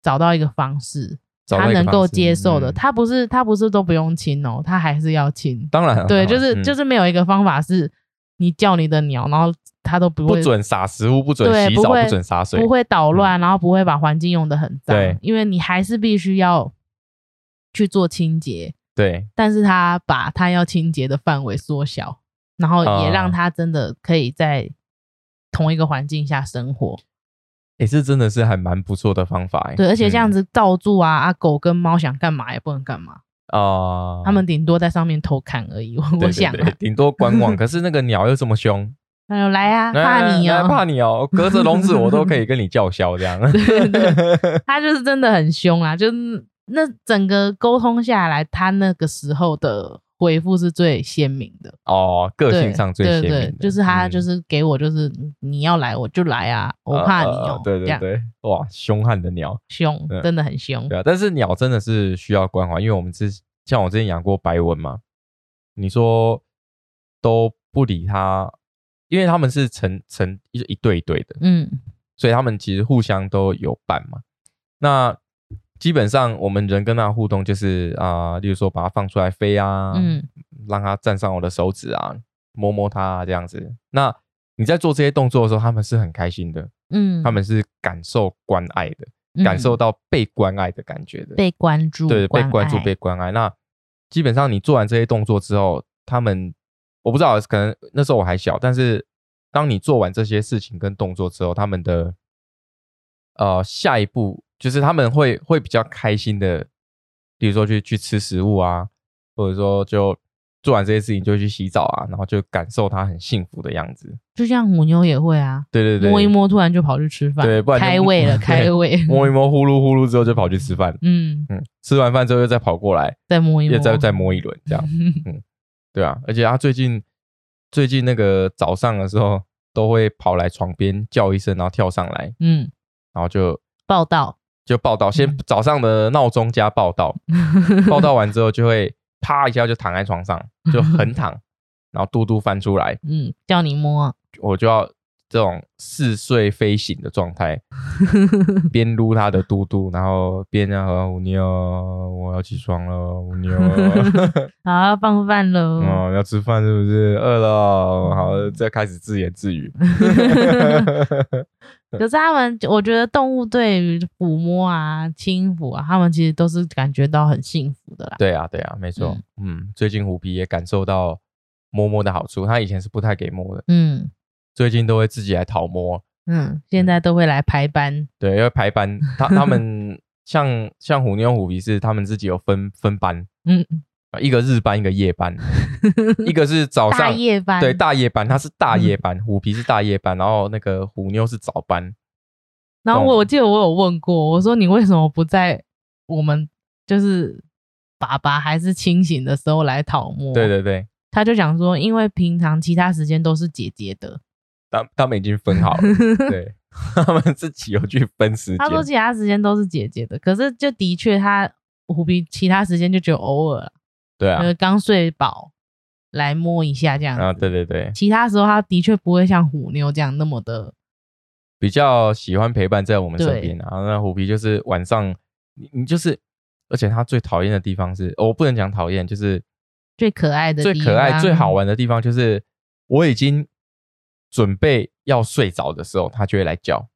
Speaker 2: 找到一个方式，
Speaker 1: 找到
Speaker 2: 她
Speaker 1: 一个
Speaker 2: 能
Speaker 1: 方
Speaker 2: 够
Speaker 1: 式
Speaker 2: 接受的。
Speaker 1: 嗯
Speaker 2: 她不是她不是都不用亲哦，她还是要亲。
Speaker 1: 当然啊，
Speaker 2: 对，
Speaker 1: 当
Speaker 2: 就
Speaker 1: 然
Speaker 2: 是、
Speaker 1: 嗯
Speaker 2: 就是没有一个方法是你叫你的鸟，然后它都不
Speaker 1: 不
Speaker 2: 会
Speaker 1: 准撒食物，不准
Speaker 2: 对
Speaker 1: 洗
Speaker 2: 不
Speaker 1: 澡，不
Speaker 2: 会
Speaker 1: 准洒水，
Speaker 2: 不会捣乱，然后不会把环境用的很脏
Speaker 1: 嗯对，
Speaker 2: 因为你还是必须要去做清洁，
Speaker 1: 对，
Speaker 2: 但是他把他要清洁的范围缩小，然后也
Speaker 1: 啊
Speaker 2: 让他真的可以在同一个环境下生活，
Speaker 1: 也是真的是还蛮不错的方法欸。
Speaker 2: 对，而且这样
Speaker 1: 子
Speaker 2: 子罩住啊，啊狗跟猫想干嘛也不能干嘛，
Speaker 1: 啊，
Speaker 2: 它们顶多在上面偷看而已，我
Speaker 1: 对
Speaker 2: 我
Speaker 1: 对
Speaker 2: 想
Speaker 1: 对
Speaker 2: 啊，
Speaker 1: 顶多观望，可是那个鸟又这么凶，
Speaker 2: 那就来啊，
Speaker 1: 来
Speaker 2: 怕你
Speaker 1: 来来怕
Speaker 2: 哦，
Speaker 1: 你哦，隔着笼子我都可以跟你叫嚣这样。
Speaker 2: 对对它就是真的很凶啊，就是那整个沟通下来，它那个时候的。回复是最鲜明的，
Speaker 1: 哦，个
Speaker 2: 对
Speaker 1: 性上最鲜明
Speaker 2: 对
Speaker 1: 的
Speaker 2: 对，就是他
Speaker 1: 嗯
Speaker 2: 就是给我就是你你要来我就来啊，我
Speaker 1: 呃
Speaker 2: 怕你
Speaker 1: 呃
Speaker 2: 哦，
Speaker 1: 对
Speaker 2: 这
Speaker 1: 对
Speaker 2: 样
Speaker 1: 对，哇，凶悍的鸟，
Speaker 2: 凶
Speaker 1: 嗯，
Speaker 2: 真的很凶
Speaker 1: 对，啊，但是鸟真的是需要关怀，因为我们之像我之前养过白蚊嘛，你说都不理它，因为它们是成成一一对一对的，
Speaker 2: 嗯
Speaker 1: 所以他们其实互相都有伴嘛。那基本上我们人跟它互动就是啊、例如说把它放出来飞啊，
Speaker 2: 嗯
Speaker 1: 让它站上我的手指啊，摸摸它、啊、这样子。那你在做这些动作的时候，他们是很开心的，
Speaker 2: 嗯，
Speaker 1: 他们是感受关爱的，
Speaker 2: 嗯
Speaker 1: 感受到被关爱的感觉的，
Speaker 2: 被关注，
Speaker 1: 对被关注、
Speaker 2: 爱
Speaker 1: 被关爱。那基本上你做完这些动作之后，他们我不知道，可能那时候我还小，但是当你做完这些事情跟动作之后，他们的呃下一步就是他们会会比较开心的，比如说去去吃食物啊，或者说就做完这些事情就会去洗澡啊，然后就感受它很幸福的样子。
Speaker 2: 就像母牛也会啊，
Speaker 1: 对对对，
Speaker 2: 摸一摸突然就跑去吃饭，
Speaker 1: 对不然就
Speaker 2: 开胃
Speaker 1: <laughs>
Speaker 2: 了，
Speaker 1: 对
Speaker 2: 开胃，
Speaker 1: 摸一摸，呼噜呼噜之后就跑去吃饭，
Speaker 2: 嗯，
Speaker 1: 嗯，吃完饭之后又再跑过来，
Speaker 2: 再摸一摸，
Speaker 1: 又再再摸一轮，这样，嗯，对啊，而且它最近最近那个早上的时候都会跑来床边叫一声，然后跳上来，
Speaker 2: 嗯，
Speaker 1: 然后就
Speaker 2: 报道，
Speaker 1: 就报道，先
Speaker 2: 嗯
Speaker 1: 早上的闹钟加报
Speaker 2: <laughs>
Speaker 1: 道，报道完之后就会啪一下就躺在床上，就
Speaker 2: <laughs>
Speaker 1: 横躺，然后肚肚翻出来，
Speaker 2: 嗯，叫你摸，
Speaker 1: 我就要这种似睡非醒的状
Speaker 2: <laughs>
Speaker 1: 态，边撸他的嘟嘟，然后边那和我妞，我要起床了，哦我妞，
Speaker 2: <laughs> 啊，放饭喽，
Speaker 1: 哦，要吃饭是不是？饿了，哦
Speaker 2: 嗯
Speaker 1: 好，再开始自言自
Speaker 2: <laughs>
Speaker 1: 语。
Speaker 2: 可是他们，我觉得动物对于抚摸啊、轻抚啊，他们其实都是感觉到很幸福的啦。
Speaker 1: 对啊，对啊，没错，嗯，最近虎皮也感受到摸摸的好处，他以前是不太给摸的，
Speaker 2: 嗯
Speaker 1: 最近都会自己来讨摸，
Speaker 2: 嗯，现在都会来排班，
Speaker 1: 对，要排班，他他
Speaker 2: <laughs>
Speaker 1: 们像像虎妞虎皮是他们自己有分分班，
Speaker 2: 嗯，
Speaker 1: 啊一个日班，一个夜
Speaker 2: <laughs>
Speaker 1: 班，一个是早
Speaker 2: 大
Speaker 1: 哦上，
Speaker 2: 夜班，嗯
Speaker 1: 对，大夜班，他是大夜班，虎皮是大夜班，然后那个虎妞是早班，
Speaker 2: 然后
Speaker 1: 懂
Speaker 2: 我我记得我有问过，我说你为什么不在我们就是爸爸还是清醒的时候来讨摸？
Speaker 1: 对，对对，
Speaker 2: 他就讲说，因为平常其他时间都是姐姐的，
Speaker 1: 他他们已经分好
Speaker 2: <laughs>
Speaker 1: 了，对他们自己有去分时
Speaker 2: 他说
Speaker 1: 间，
Speaker 2: 其他时间都是姐姐的，可是就的确他虎皮其他时间就只有偶尔，
Speaker 1: 对啊
Speaker 2: 呃，，刚睡饱来摸一下这样子。
Speaker 1: 啊，对对对，
Speaker 2: 其他时候他的确不会像虎妞这样那么的，
Speaker 1: 比较喜欢陪伴在我们身
Speaker 2: 对
Speaker 1: 边啊。那虎皮就是晚上，你你就是，而且他最讨厌的地方是，哦我不能讲讨厌，就是
Speaker 2: 最可爱的
Speaker 1: 最
Speaker 2: 地
Speaker 1: 可爱、
Speaker 2: 方
Speaker 1: 最好玩的地方就是，我已经准备要睡着的时候，他就会来叫，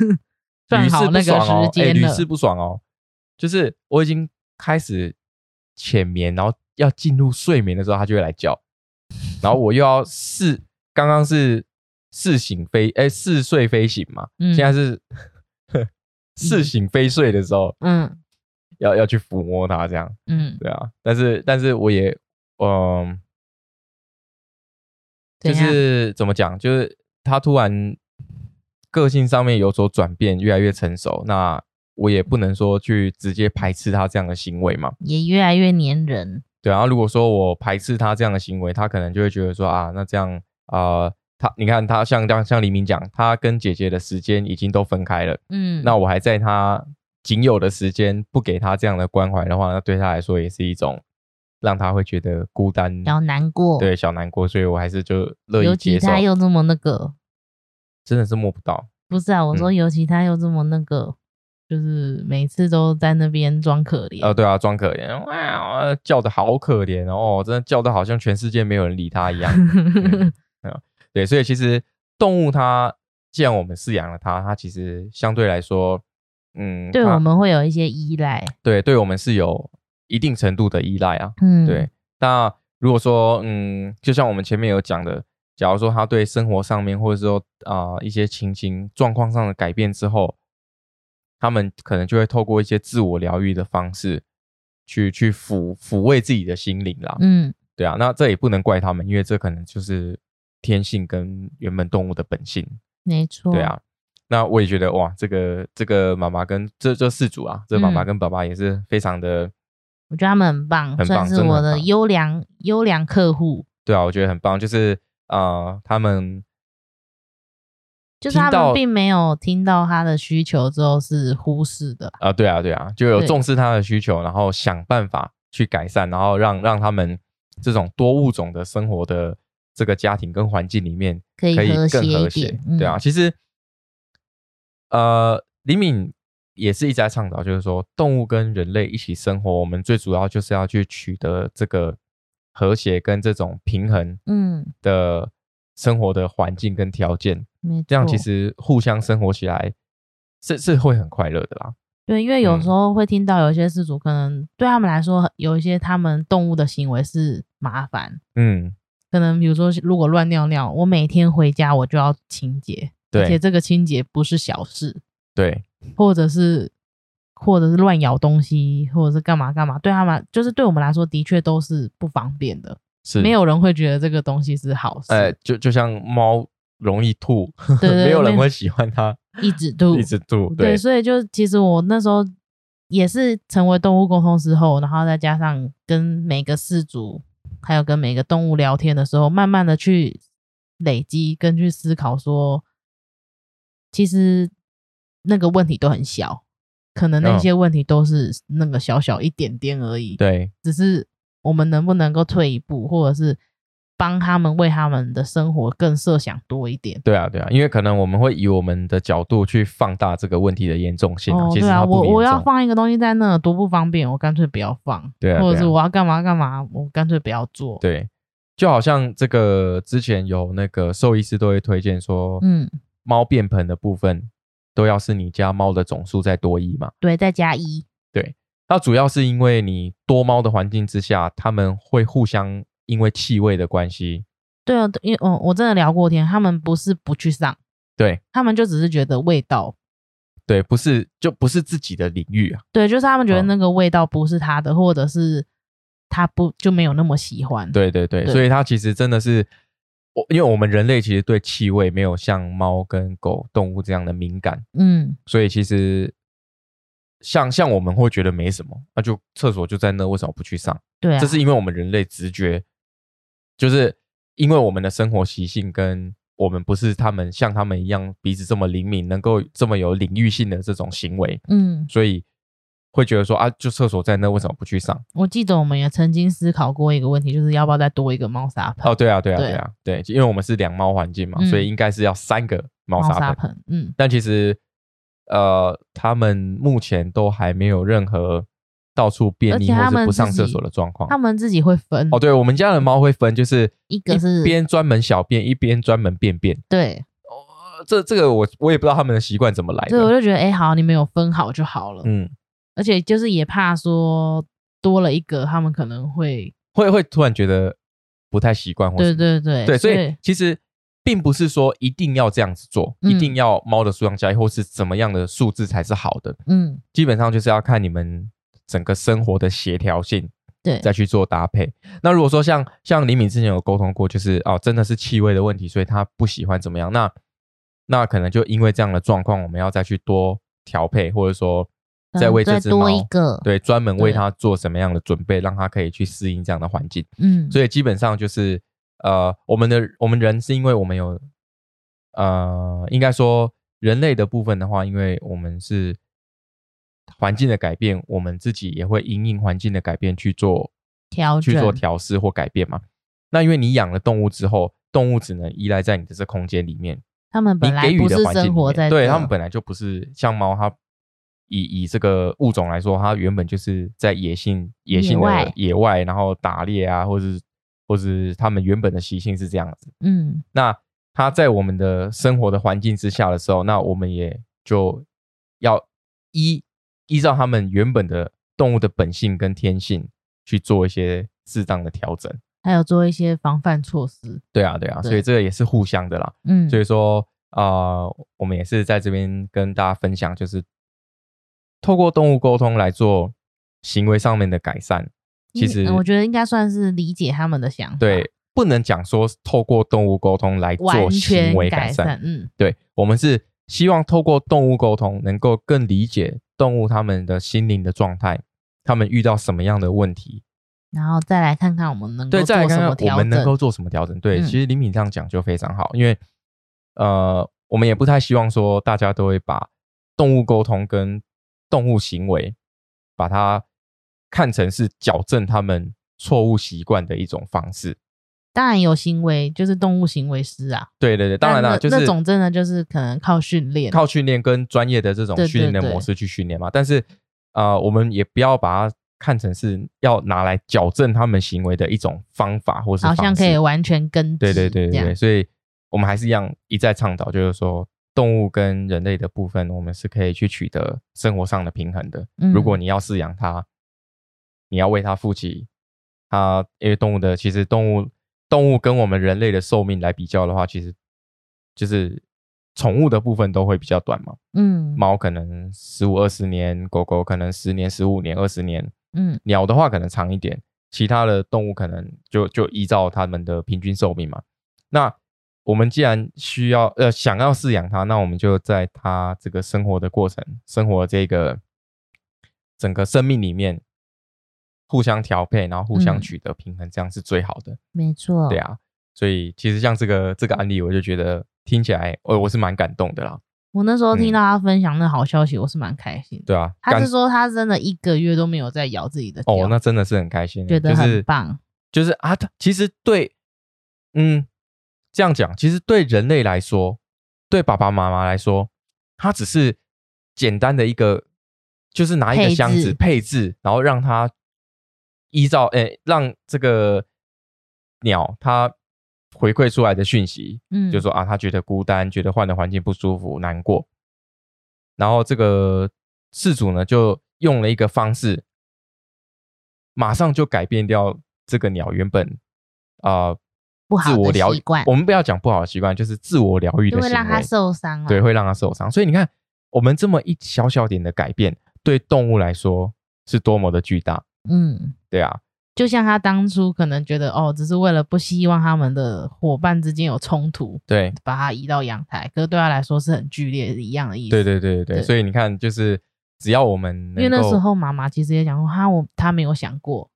Speaker 2: <laughs> 算
Speaker 1: 屡试
Speaker 2: 好
Speaker 1: 不
Speaker 2: 那个
Speaker 1: 爽哦
Speaker 2: 时，
Speaker 1: 哎，
Speaker 2: 间
Speaker 1: 屡
Speaker 2: 了。
Speaker 1: 试不爽哦，就是我已经开始浅眠，然后要进入睡眠的时候，他就会来
Speaker 2: <laughs>
Speaker 1: 叫，然后我又要似刚刚是似醒非哎似睡非醒嘛，
Speaker 2: 嗯
Speaker 1: 现在是 <laughs> 似醒非睡的时候，
Speaker 2: 嗯
Speaker 1: 要要去抚摸它，这样
Speaker 2: 嗯，
Speaker 1: 对啊。但是但是我也嗯、就
Speaker 2: 怎样
Speaker 1: 是怎么讲，就是它突然个性上面有所转变，越来越成熟。那我也不能说去直接排斥它这样的行为嘛，
Speaker 2: 也越来越粘人。
Speaker 1: 对啊。然后如果说我排斥它这样的行为，它可能就会觉得说啊，那这样啊。他，你看他像像像黎明讲，他跟姐姐的时间已经都分开了，
Speaker 2: 嗯，
Speaker 1: 那我还在他仅有的时间不给他这样的关怀的话，那对他来说也是一种让他会觉得孤单，
Speaker 2: 比较难过。，
Speaker 1: 对小难过，所以我还是就乐
Speaker 2: 尤
Speaker 1: 意
Speaker 2: 其
Speaker 1: 接受。
Speaker 2: 他又这么那个，
Speaker 1: 真的是摸不到，
Speaker 2: 不是啊，我说
Speaker 1: 嗯
Speaker 2: 尤其他又这么那个，就是每次都在那边装可怜。
Speaker 1: 呃，对啊，装可怜，哇，呃叫的好可怜哦，真的叫的好像全世界没有人理他一
Speaker 2: <laughs>
Speaker 1: 样。嗯对，所以其实动物它，既然我们饲养了它，它其实相对来说，嗯，
Speaker 2: 对
Speaker 1: 它
Speaker 2: 我们会有一些依赖。
Speaker 1: 对对我们是有一定程度的依赖啊。
Speaker 2: 嗯，
Speaker 1: 对，，那如果说，嗯，就像我们前面有讲的，假如说他对生活上面，或者说啊、一些情形状况上的改变之后，他们可能就会透过一些自我疗愈的方式，去去抚抚慰自己的心灵啦。
Speaker 2: 嗯
Speaker 1: 对啊，那这也不能怪他们，因为这可能就是天性跟原本动物的本性。
Speaker 2: 没错。
Speaker 1: 对，啊，那我也觉得哇，这个这个妈妈跟这这四组啊，这妈妈
Speaker 2: 嗯
Speaker 1: 跟爸爸也是非常的。
Speaker 2: 我觉得他们很棒，
Speaker 1: 很
Speaker 2: 算
Speaker 1: 棒
Speaker 2: 是
Speaker 1: 真的
Speaker 2: 我
Speaker 1: 很
Speaker 2: 的
Speaker 1: 棒
Speaker 2: 优良优良客户。
Speaker 1: 对啊，我觉得很棒，就是啊、呃他们
Speaker 2: 就是他
Speaker 1: 听
Speaker 2: 们
Speaker 1: 到
Speaker 2: 并没有听到他的需求之后是忽视的啦，
Speaker 1: 啊、对啊，对啊，就有
Speaker 2: 对
Speaker 1: 重视他的需求，然后想办法去改善，然后让让他们这种多物种的生活的这个家庭跟环境里面
Speaker 2: 可以
Speaker 1: 可以
Speaker 2: 和
Speaker 1: 更
Speaker 2: 谐一
Speaker 1: 和
Speaker 2: 点
Speaker 1: 谐，
Speaker 2: 嗯
Speaker 1: 对啊，其实呃，李敏也是一直在倡导，就是说动物跟人类一起生活，我们最主要就是要去取得这个和谐跟这种平衡
Speaker 2: 嗯，
Speaker 1: 的生活的环境跟条件，
Speaker 2: 没错。
Speaker 1: 这样其实互相生活起来是是会很快乐的啦。
Speaker 2: 对，因为有
Speaker 1: 嗯
Speaker 2: 时候会听到有些事主可能对他们来说，有一些他们动物的行为是麻烦，
Speaker 1: 嗯，
Speaker 2: 可能比如说如果乱尿尿，我每天回家我就要清洁，而且
Speaker 1: 对
Speaker 2: 这个清洁不是小事，
Speaker 1: 对
Speaker 2: 或者是或者是乱咬东西，或者是干嘛干嘛，对他们来就是对我们来说的确都是不方便的。
Speaker 1: 是
Speaker 2: 没有人会觉得这个东西是好事。
Speaker 1: 哎，就就像猫容易吐，
Speaker 2: <laughs> 对对，
Speaker 1: <laughs> 没有
Speaker 2: 因为
Speaker 1: 人会喜欢它
Speaker 2: 一直吐，
Speaker 1: 一直吐。
Speaker 2: 对，
Speaker 1: 对，
Speaker 2: 所以就其实我那时候也是成为动物沟通师后，然后再加上跟每个饲主还有跟每个动物聊天的时候，慢慢的去累积跟去思考说，其实那个问题都很小，可能那
Speaker 1: 嗯
Speaker 2: 些问题都是那个小小一点点而已，
Speaker 1: 对
Speaker 2: 只是我们能不能够退一步，或者是帮他们为他们的生活更设想多一点。
Speaker 1: 对啊，对啊，因为可能我们会以我们的角度去放大这个问题的严重性啊，
Speaker 2: 哦，
Speaker 1: 其实
Speaker 2: 对啊，
Speaker 1: 它
Speaker 2: 我
Speaker 1: 不
Speaker 2: 我
Speaker 1: 严
Speaker 2: 要
Speaker 1: 重。
Speaker 2: 放一个东西在那，多不方便，我干脆不要放，
Speaker 1: 对啊，
Speaker 2: 或者
Speaker 1: 对啊
Speaker 2: 是我要干嘛干嘛，我干脆不要做。，
Speaker 1: 对，就好像这个之前有那个兽医师都会推荐说，
Speaker 2: 嗯，
Speaker 1: 猫便盆的部分都要是你家猫的总数再多一嘛。
Speaker 2: 对，再加一，
Speaker 1: 那主要是因为你多猫的环境之下，它们会互相因为气味的关系，
Speaker 2: 对啊，因为我我真的聊过天，他们不是不去上，
Speaker 1: 对
Speaker 2: 他们就只是觉得味道，
Speaker 1: 对，不是就不是自己的领域啊，
Speaker 2: 对，就是他们觉得
Speaker 1: 嗯
Speaker 2: 那个味道不是他的，或者是他不就没有那么喜欢。，
Speaker 1: 对对对，
Speaker 2: 对
Speaker 1: 所以它其实真的是。我因为我们人类其实对气味没有像猫跟狗动物这样的敏感，
Speaker 2: 嗯，
Speaker 1: 所以其实像像我们会觉得没什么，那就厕所就在那，为什么不去上？
Speaker 2: 对啊，
Speaker 1: 这是因为我们人类直觉，就是因为我们的生活习性跟我们不是他们像他们一样鼻子这么灵敏，能够这么有领域性的这种行为，
Speaker 2: 嗯，
Speaker 1: 所以会觉得说啊，就厕所在那，为什么不去上？
Speaker 2: 我记得我们也曾经思考过一个问题，就是要不要再多一个猫砂盆？
Speaker 1: 哦，对啊，对啊，
Speaker 2: 对
Speaker 1: 对啊，对，因为我们是两猫环境嘛，
Speaker 2: 嗯
Speaker 1: 所以应该是要三个猫砂盆。
Speaker 2: 盆，嗯，
Speaker 1: 但其实，呃，他们目前都还没有任何到处便秘
Speaker 2: 而且他
Speaker 1: 或
Speaker 2: 们
Speaker 1: 是不上
Speaker 2: 自己
Speaker 1: 厕所的状况。
Speaker 2: 他们自己会分。
Speaker 1: 哦哦，对，我们家的猫会分，就是
Speaker 2: 一个是
Speaker 1: 边专门小便，一边专门便便。
Speaker 2: 对，
Speaker 1: 哦，这这个我我也不知道他们的习惯怎么来
Speaker 2: 所以我
Speaker 1: 的。
Speaker 2: 就觉得，哎、好，你们有分好就好了。
Speaker 1: 嗯，
Speaker 2: 而且就是也怕说多了一个，他们可能会，
Speaker 1: 会会突然觉得不太习惯或
Speaker 2: 对
Speaker 1: 什么，
Speaker 2: 对对，
Speaker 1: 对所以其实并不是说一定要这样子做，
Speaker 2: 嗯
Speaker 1: 一定要猫的数量加一或是怎么样的数字才是好的，
Speaker 2: 嗯，
Speaker 1: 基本上就是要看你们整个生活的协调性。
Speaker 2: 对
Speaker 1: 再去做搭配。那如果说像像李敏之前有沟通过，就是哦，真的是气味的问题，所以他不喜欢怎么样，那那可能就因为这样的状况，我们要再去多调配，或者说
Speaker 2: 嗯
Speaker 1: 再为这只猫、
Speaker 2: 个，
Speaker 1: 对专门为
Speaker 2: 对
Speaker 1: 它做什么样的准备，让它可以去适应这样的环境。
Speaker 2: 嗯，
Speaker 1: 所以基本上就是呃，我们的我们人是因为我们有呃，应该说人类的部分的话，因为我们是环境的改变，我们自己也会因应环境的改变去做
Speaker 2: 调
Speaker 1: 去
Speaker 2: 整
Speaker 1: 做调试或改变嘛。那因为你养了动物之后，动物只能依赖在你的这空间里面，
Speaker 2: 他们
Speaker 1: 你
Speaker 2: 本来
Speaker 1: 给予
Speaker 2: 不
Speaker 1: 的
Speaker 2: 是
Speaker 1: 环境里
Speaker 2: 生活
Speaker 1: 面，
Speaker 2: 在这，
Speaker 1: 对他们本来就不是像猫，它以以这个物种来说，它原本就是在野性野性的
Speaker 2: 外
Speaker 1: 野外，然后打猎啊，或是或是它们原本的习性是这样子。
Speaker 2: 嗯，
Speaker 1: 那它在我们的生活的环境之下的时候，那我们也就要依依照它们原本的动物的本性跟天性去做一些适当的调整。
Speaker 2: 还有做一些防范措施，
Speaker 1: 对啊，对啊，
Speaker 2: 对
Speaker 1: 所以这个也是互相的啦。
Speaker 2: 嗯，
Speaker 1: 所以说，呃，我们也是在这边跟大家分享，就是透过动物沟通来做行为上面的改善。其
Speaker 2: 应
Speaker 1: 实，
Speaker 2: 嗯我觉得应该算是理解他们的想法，
Speaker 1: 对，不能讲说透过动物沟通来
Speaker 2: 完
Speaker 1: 做行
Speaker 2: 全
Speaker 1: 为
Speaker 2: 改
Speaker 1: 改善。
Speaker 2: 嗯，
Speaker 1: 对我们是希望透过动物沟通，能够更理解动物它们的心灵的状态，它们遇到什么样的问题，
Speaker 2: 然后再来看看我们能够
Speaker 1: 对，
Speaker 2: 做
Speaker 1: 再来看
Speaker 2: 什么
Speaker 1: 看我
Speaker 2: 调
Speaker 1: 们能够
Speaker 2: 整，
Speaker 1: 做什么调整。对，
Speaker 2: 嗯
Speaker 1: 其实李敏这样讲就非常好，因为呃，我们也不太希望说大家都会把动物沟通跟动物行为把它看成是矫正他们错误习惯的一种方式。
Speaker 2: 当然有行为，就是动物行为师啊，
Speaker 1: 对对对，当然啦，
Speaker 2: 但那
Speaker 1: 就
Speaker 2: 那
Speaker 1: 是
Speaker 2: 种真的就是可能靠训练，
Speaker 1: 靠训练跟专业的这种
Speaker 2: 对对
Speaker 1: 训练的
Speaker 2: 对
Speaker 1: 模式去训练嘛。但是呃，我们也不要把它看成是要拿来矫正他们行为的一种方法或是
Speaker 2: 好
Speaker 1: 方式。
Speaker 2: 像可以完全根治，
Speaker 1: 对对对
Speaker 2: 这
Speaker 1: 对
Speaker 2: 样
Speaker 1: 对，所以我们还是一样一再倡导，就是说动物跟人类的部分，我们是可以去取得生活上的平衡的。
Speaker 2: 嗯
Speaker 1: 如果你要饲养它，你要为它负起它，因为动物的其实动物动物跟我们人类的寿命来比较的话，其实就是宠物的部分都会比较短嘛，
Speaker 2: 嗯
Speaker 1: 猫可能十五二十年，狗狗可能十年、十五年、二十年，
Speaker 2: 嗯
Speaker 1: 鸟的话可能长一点，其他的动物可能就就依照它们的平均寿命嘛。那我们既然需要呃想要饲养它，那我们就在它这个生活的过程、生活这个整个生命里面互相调配，然后互相
Speaker 2: 嗯
Speaker 1: 取得平衡，这样是最好的。
Speaker 2: 没错，
Speaker 1: 对，啊，所以其实像这个这个案例，我就觉得听起来，呃，我是蛮感动的啦。
Speaker 2: 我那时候听
Speaker 1: 嗯
Speaker 2: 到他分享那好消息，我是蛮开心的。
Speaker 1: 对啊，
Speaker 2: 他
Speaker 1: 感
Speaker 2: 是说他真的一个月都没有在咬自己的脚，
Speaker 1: 哦，那真的是很开心，
Speaker 2: 觉得很棒。
Speaker 1: 就是。就是啊，它其实对，嗯，这样讲，其实对人类来说，对爸爸妈妈来说，它只是简单的一个，就是拿一个
Speaker 2: 配
Speaker 1: 箱子
Speaker 2: 置
Speaker 1: 配置，然后让它依照，诶、让这个鸟它回馈出来的讯息，
Speaker 2: 嗯，
Speaker 1: 就说啊，他觉得孤单，觉得换的环境不舒服，难过。然后这个事主呢，就用了一个方式，马上就改变掉这个鸟原本啊、呃
Speaker 2: 不好
Speaker 1: 自我
Speaker 2: 的
Speaker 1: 疗
Speaker 2: 习
Speaker 1: 愈
Speaker 2: 惯。
Speaker 1: 我们不要讲不好的习惯，就是自我疗愈
Speaker 2: 就
Speaker 1: 的
Speaker 2: 会
Speaker 1: 行
Speaker 2: 让他
Speaker 1: 为，
Speaker 2: 受伤啊了。
Speaker 1: 对，，会让它受伤。所以你看，我们这么一小小点的改变，对动物来说是多么的巨大，
Speaker 2: 嗯，
Speaker 1: 对啊，
Speaker 2: 就像他当初可能觉得哦，只是为了不希望他们的伙伴之间有冲突，
Speaker 1: 对，
Speaker 2: 把他移到阳台，可是对他来说是很剧烈的一样的意思。
Speaker 1: 对对对对对。
Speaker 2: 对
Speaker 1: 所以你看，就是只要我们
Speaker 2: 因为
Speaker 1: 能
Speaker 2: 那
Speaker 1: 够
Speaker 2: 时候妈妈其实也讲过，哈，我他没有想过，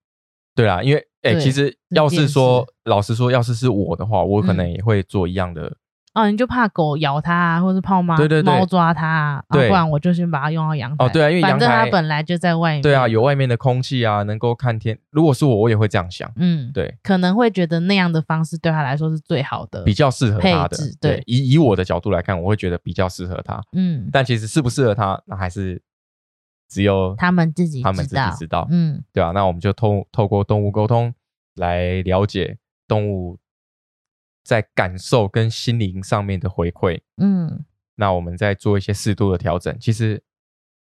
Speaker 1: 对啦，因为哎、
Speaker 2: 对
Speaker 1: 其实
Speaker 2: 这
Speaker 1: 要
Speaker 2: 件
Speaker 1: 是
Speaker 2: 事
Speaker 1: 说老实说，要是是我的话，我可能
Speaker 2: 嗯
Speaker 1: 也会做一样的。
Speaker 2: 哦，你就怕狗咬它、啊，或者怕猫
Speaker 1: 对对对
Speaker 2: 猫抓它、啊，啊
Speaker 1: 对
Speaker 2: 不然我就先把它用到阳台。
Speaker 1: 哦对啊因为阳
Speaker 2: 反正它
Speaker 1: 台
Speaker 2: 本来就在外面。
Speaker 1: 对啊，有外面的空气啊，能够看天。如果是我，我也会这样想。
Speaker 2: 嗯，
Speaker 1: 对，
Speaker 2: 可能会觉得那样的方式对他来说是最好的。
Speaker 1: 比较适合他的
Speaker 2: 配置。对
Speaker 1: 以以我的角度来看，我会觉得比较适合他。
Speaker 2: 嗯，
Speaker 1: 但其实适不适合他，那还是只有
Speaker 2: 他们自己
Speaker 1: 他们自己知道。
Speaker 2: 嗯，
Speaker 1: 对啊，那我们就透透过动物沟通来了解动物在感受跟心灵上面的回馈。
Speaker 2: 嗯，
Speaker 1: 那我们再做一些适度的调整。其实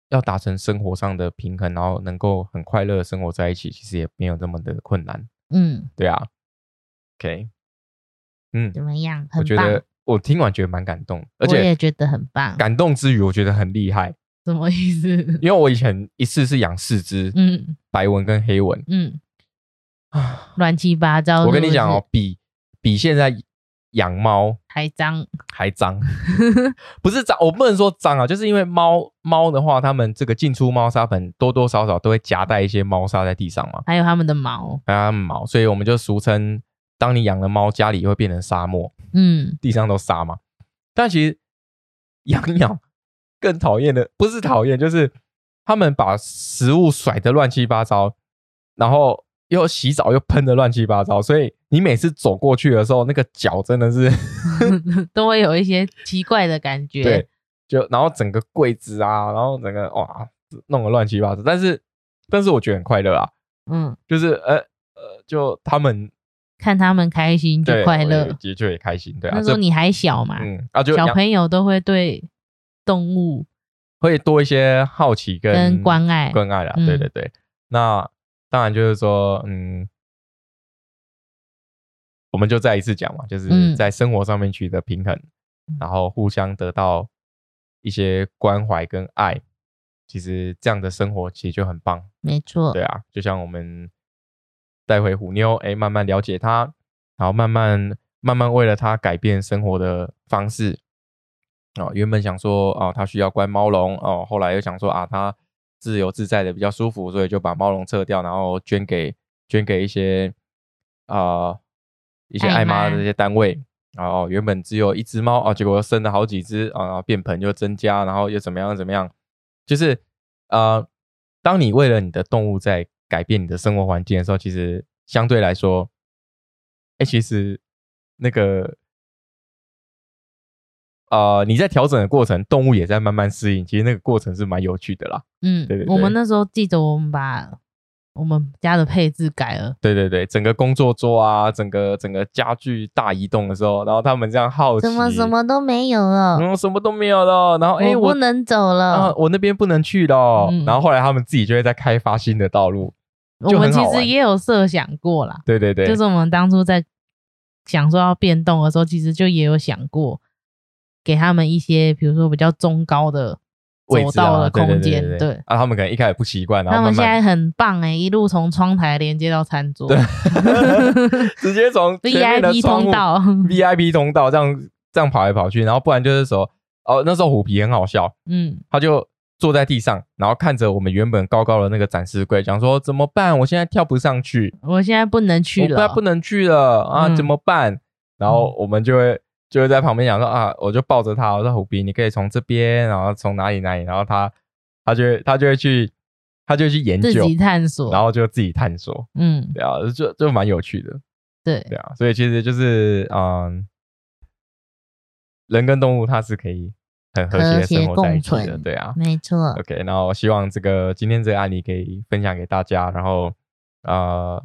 Speaker 1: 要达成生活上的平衡，然后能够很快乐的生活在一起，其实也没有那么的困难，
Speaker 2: 嗯，
Speaker 1: 对啊。OK，嗯，
Speaker 2: 怎么样？
Speaker 1: 我
Speaker 2: 很
Speaker 1: 觉
Speaker 2: 棒，
Speaker 1: 得我听完觉得蛮感动，而
Speaker 2: 我也
Speaker 1: 且
Speaker 2: 觉得很棒。
Speaker 1: 感动之余，我觉得很厉害，
Speaker 2: 什么意思？
Speaker 1: 因为我以前一次是养四只，
Speaker 2: 嗯
Speaker 1: 白纹跟黑纹
Speaker 2: 嗯，
Speaker 1: 啊，
Speaker 2: 乱七八糟。
Speaker 1: 我跟你讲
Speaker 2: 是不
Speaker 1: 哦
Speaker 2: 是，，
Speaker 1: 比比现在养猫
Speaker 2: 还脏。
Speaker 1: 还脏， <laughs> 不是脏，我不能说脏啊，就是因为猫猫的话，它们这个进出猫砂盆多多少少都会夹带一些猫砂在地上嘛，
Speaker 2: 还有他们的毛，
Speaker 1: 还有它们毛，所以我们就俗称，当你养了猫，家里会变成沙漠，
Speaker 2: 嗯， <laughs>
Speaker 1: 地上都沙嘛。但其实 <laughs> 养鸟更讨厌的不是讨厌，就是他们把食物甩得乱七八糟，然后又洗澡又喷得乱七八糟，所以你每次走过去的时候，那个脚真的是
Speaker 2: 都会有一些奇怪的感觉。
Speaker 1: 对，就然后整个柜子啊，然后整个哇弄得乱七八糟，但是但是我觉得很快乐啊，
Speaker 2: 嗯，
Speaker 1: 就是呃呃，就他们
Speaker 2: 看他们开心就
Speaker 1: 对
Speaker 2: 快
Speaker 1: 我也
Speaker 2: 乐。
Speaker 1: 的确也开心，对啊，
Speaker 2: 那时候
Speaker 1: 这
Speaker 2: 你还小嘛，
Speaker 1: 嗯啊就
Speaker 2: 小
Speaker 1: 养
Speaker 2: 朋友都会对动物
Speaker 1: 会多一些好奇跟
Speaker 2: 跟关爱，
Speaker 1: 关爱啦，
Speaker 2: 嗯
Speaker 1: 对对对，那当然就是说嗯。我们就再一次讲嘛，就是
Speaker 2: 嗯
Speaker 1: 在生活上面取得平衡，然后互相得到一些关怀跟爱，其实这样的生活其实就很棒。
Speaker 2: 没错
Speaker 1: 对，啊，就像我们带回虎妞，哎，慢慢了解它，然后慢慢慢慢为了它改变生活的方式。哦，原本想说哦，它需要关猫笼哦，后来又想说啊，它自由自在的比较舒服，所以就把猫笼撤掉，然后捐给捐给一些啊、呃一些
Speaker 2: 爱
Speaker 1: 爱妈的
Speaker 2: 妈
Speaker 1: 这些单位。然后原本只有一只猫哦，结果又生了好几只啊，然后变盆又增加，然后又怎么样怎么样，就是呃，当你为了你的动物在改变你的生活环境的时候，其实相对来说，哎、其实那个呃，你在调整的过程，动物也在慢慢适应，其实那个过程是蛮有趣的啦。
Speaker 2: 嗯
Speaker 1: 对对，对
Speaker 2: 我们那时候记得我们把我们家的配置改了，
Speaker 1: 对对对，整个工作桌啊，整个整个家具大移动的时候，然后他们这样好奇，
Speaker 2: 怎么什么都没有了，
Speaker 1: 嗯，什么都没有了，然后哎、诶
Speaker 2: 我
Speaker 1: 我
Speaker 2: 不能走
Speaker 1: 啊
Speaker 2: 了。，
Speaker 1: 我那边不能去了，
Speaker 2: 嗯
Speaker 1: 然后后来他们自己就会在开发新的道路。
Speaker 2: 我
Speaker 1: 就
Speaker 2: 们
Speaker 1: 很好
Speaker 2: 其
Speaker 1: 玩
Speaker 2: 实也有设想过啦，
Speaker 1: 对对对，
Speaker 2: 就是我们当初在想说要变动的时候，其实就也有想过给他们一些，比如说比较中高的
Speaker 1: 位
Speaker 2: 走
Speaker 1: 置啊
Speaker 2: 道的
Speaker 1: 对对
Speaker 2: 空间
Speaker 1: 对，
Speaker 2: 对。
Speaker 1: 啊，他们可能一开始不习惯，然
Speaker 2: 他
Speaker 1: 后慢
Speaker 2: 们现
Speaker 1: 慢
Speaker 2: 在很棒哎、一路从窗台连接到餐 <laughs> 桌
Speaker 1: 直接从前面的
Speaker 2: ，VIP
Speaker 1: 窗户
Speaker 2: 通道，
Speaker 1: VIP 通道这样这样跑来跑去，然后不然就是说，哦，那时候虎皮很好笑，
Speaker 2: 嗯，
Speaker 1: 他就坐在地上，然后看着我们原本高高的那个展示柜，讲说怎么办？我现在跳不上去，
Speaker 2: 我现在不能去
Speaker 1: 我不
Speaker 2: 了，
Speaker 1: 不能去了啊，
Speaker 2: 嗯
Speaker 1: 怎么办？然后我们就会就会在旁边讲说啊，我就抱着他，我说虎皮，你可以从这边，然后从哪里哪里，然后他他就会他就会去他就会去研
Speaker 2: 自
Speaker 1: 究，
Speaker 2: 己探索，
Speaker 1: 然后就自己探索，
Speaker 2: 嗯，
Speaker 1: 对啊，就就蛮有趣的。
Speaker 2: 对，
Speaker 1: 对啊，所以其实就是嗯，人跟动物它是可以很和谐
Speaker 2: 和
Speaker 1: 地
Speaker 2: 谐
Speaker 1: 生活在一
Speaker 2: 共
Speaker 1: 起的，
Speaker 2: 存嗯
Speaker 1: 对啊。
Speaker 2: 没错，
Speaker 1: OK，那我希望这个今天这个案例可以分享给大家，然后呃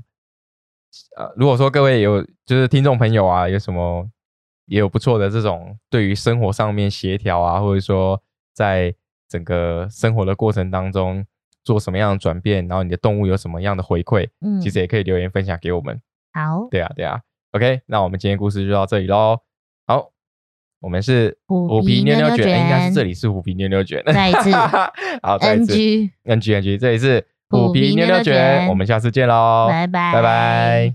Speaker 1: 呃，如果说各位有就是听众朋友啊，有什么也有不错的这种对于生活上面协调啊，或者说在整个生活的过程当中做什么样的转变，然后你的动物有什么样的回馈，
Speaker 2: 嗯，
Speaker 1: 其实也可以留言分享给我们。
Speaker 2: 好，
Speaker 1: 对啊，对啊。OK，那我们今天故事就到这里喽。好，我们是
Speaker 2: 虎
Speaker 1: 皮
Speaker 2: 皮
Speaker 1: 妞
Speaker 2: 妞
Speaker 1: 妞
Speaker 2: 妞
Speaker 1: 卷，哎应该是
Speaker 2: 卷
Speaker 1: 这里是虎皮妞妞卷。
Speaker 2: 再一次
Speaker 1: 好，再一次
Speaker 2: NG，
Speaker 1: NG NG，这里是
Speaker 2: 虎皮妞妞
Speaker 1: 卷，
Speaker 2: 卷
Speaker 1: 我们下次见喽，
Speaker 2: 拜拜，
Speaker 1: 拜拜。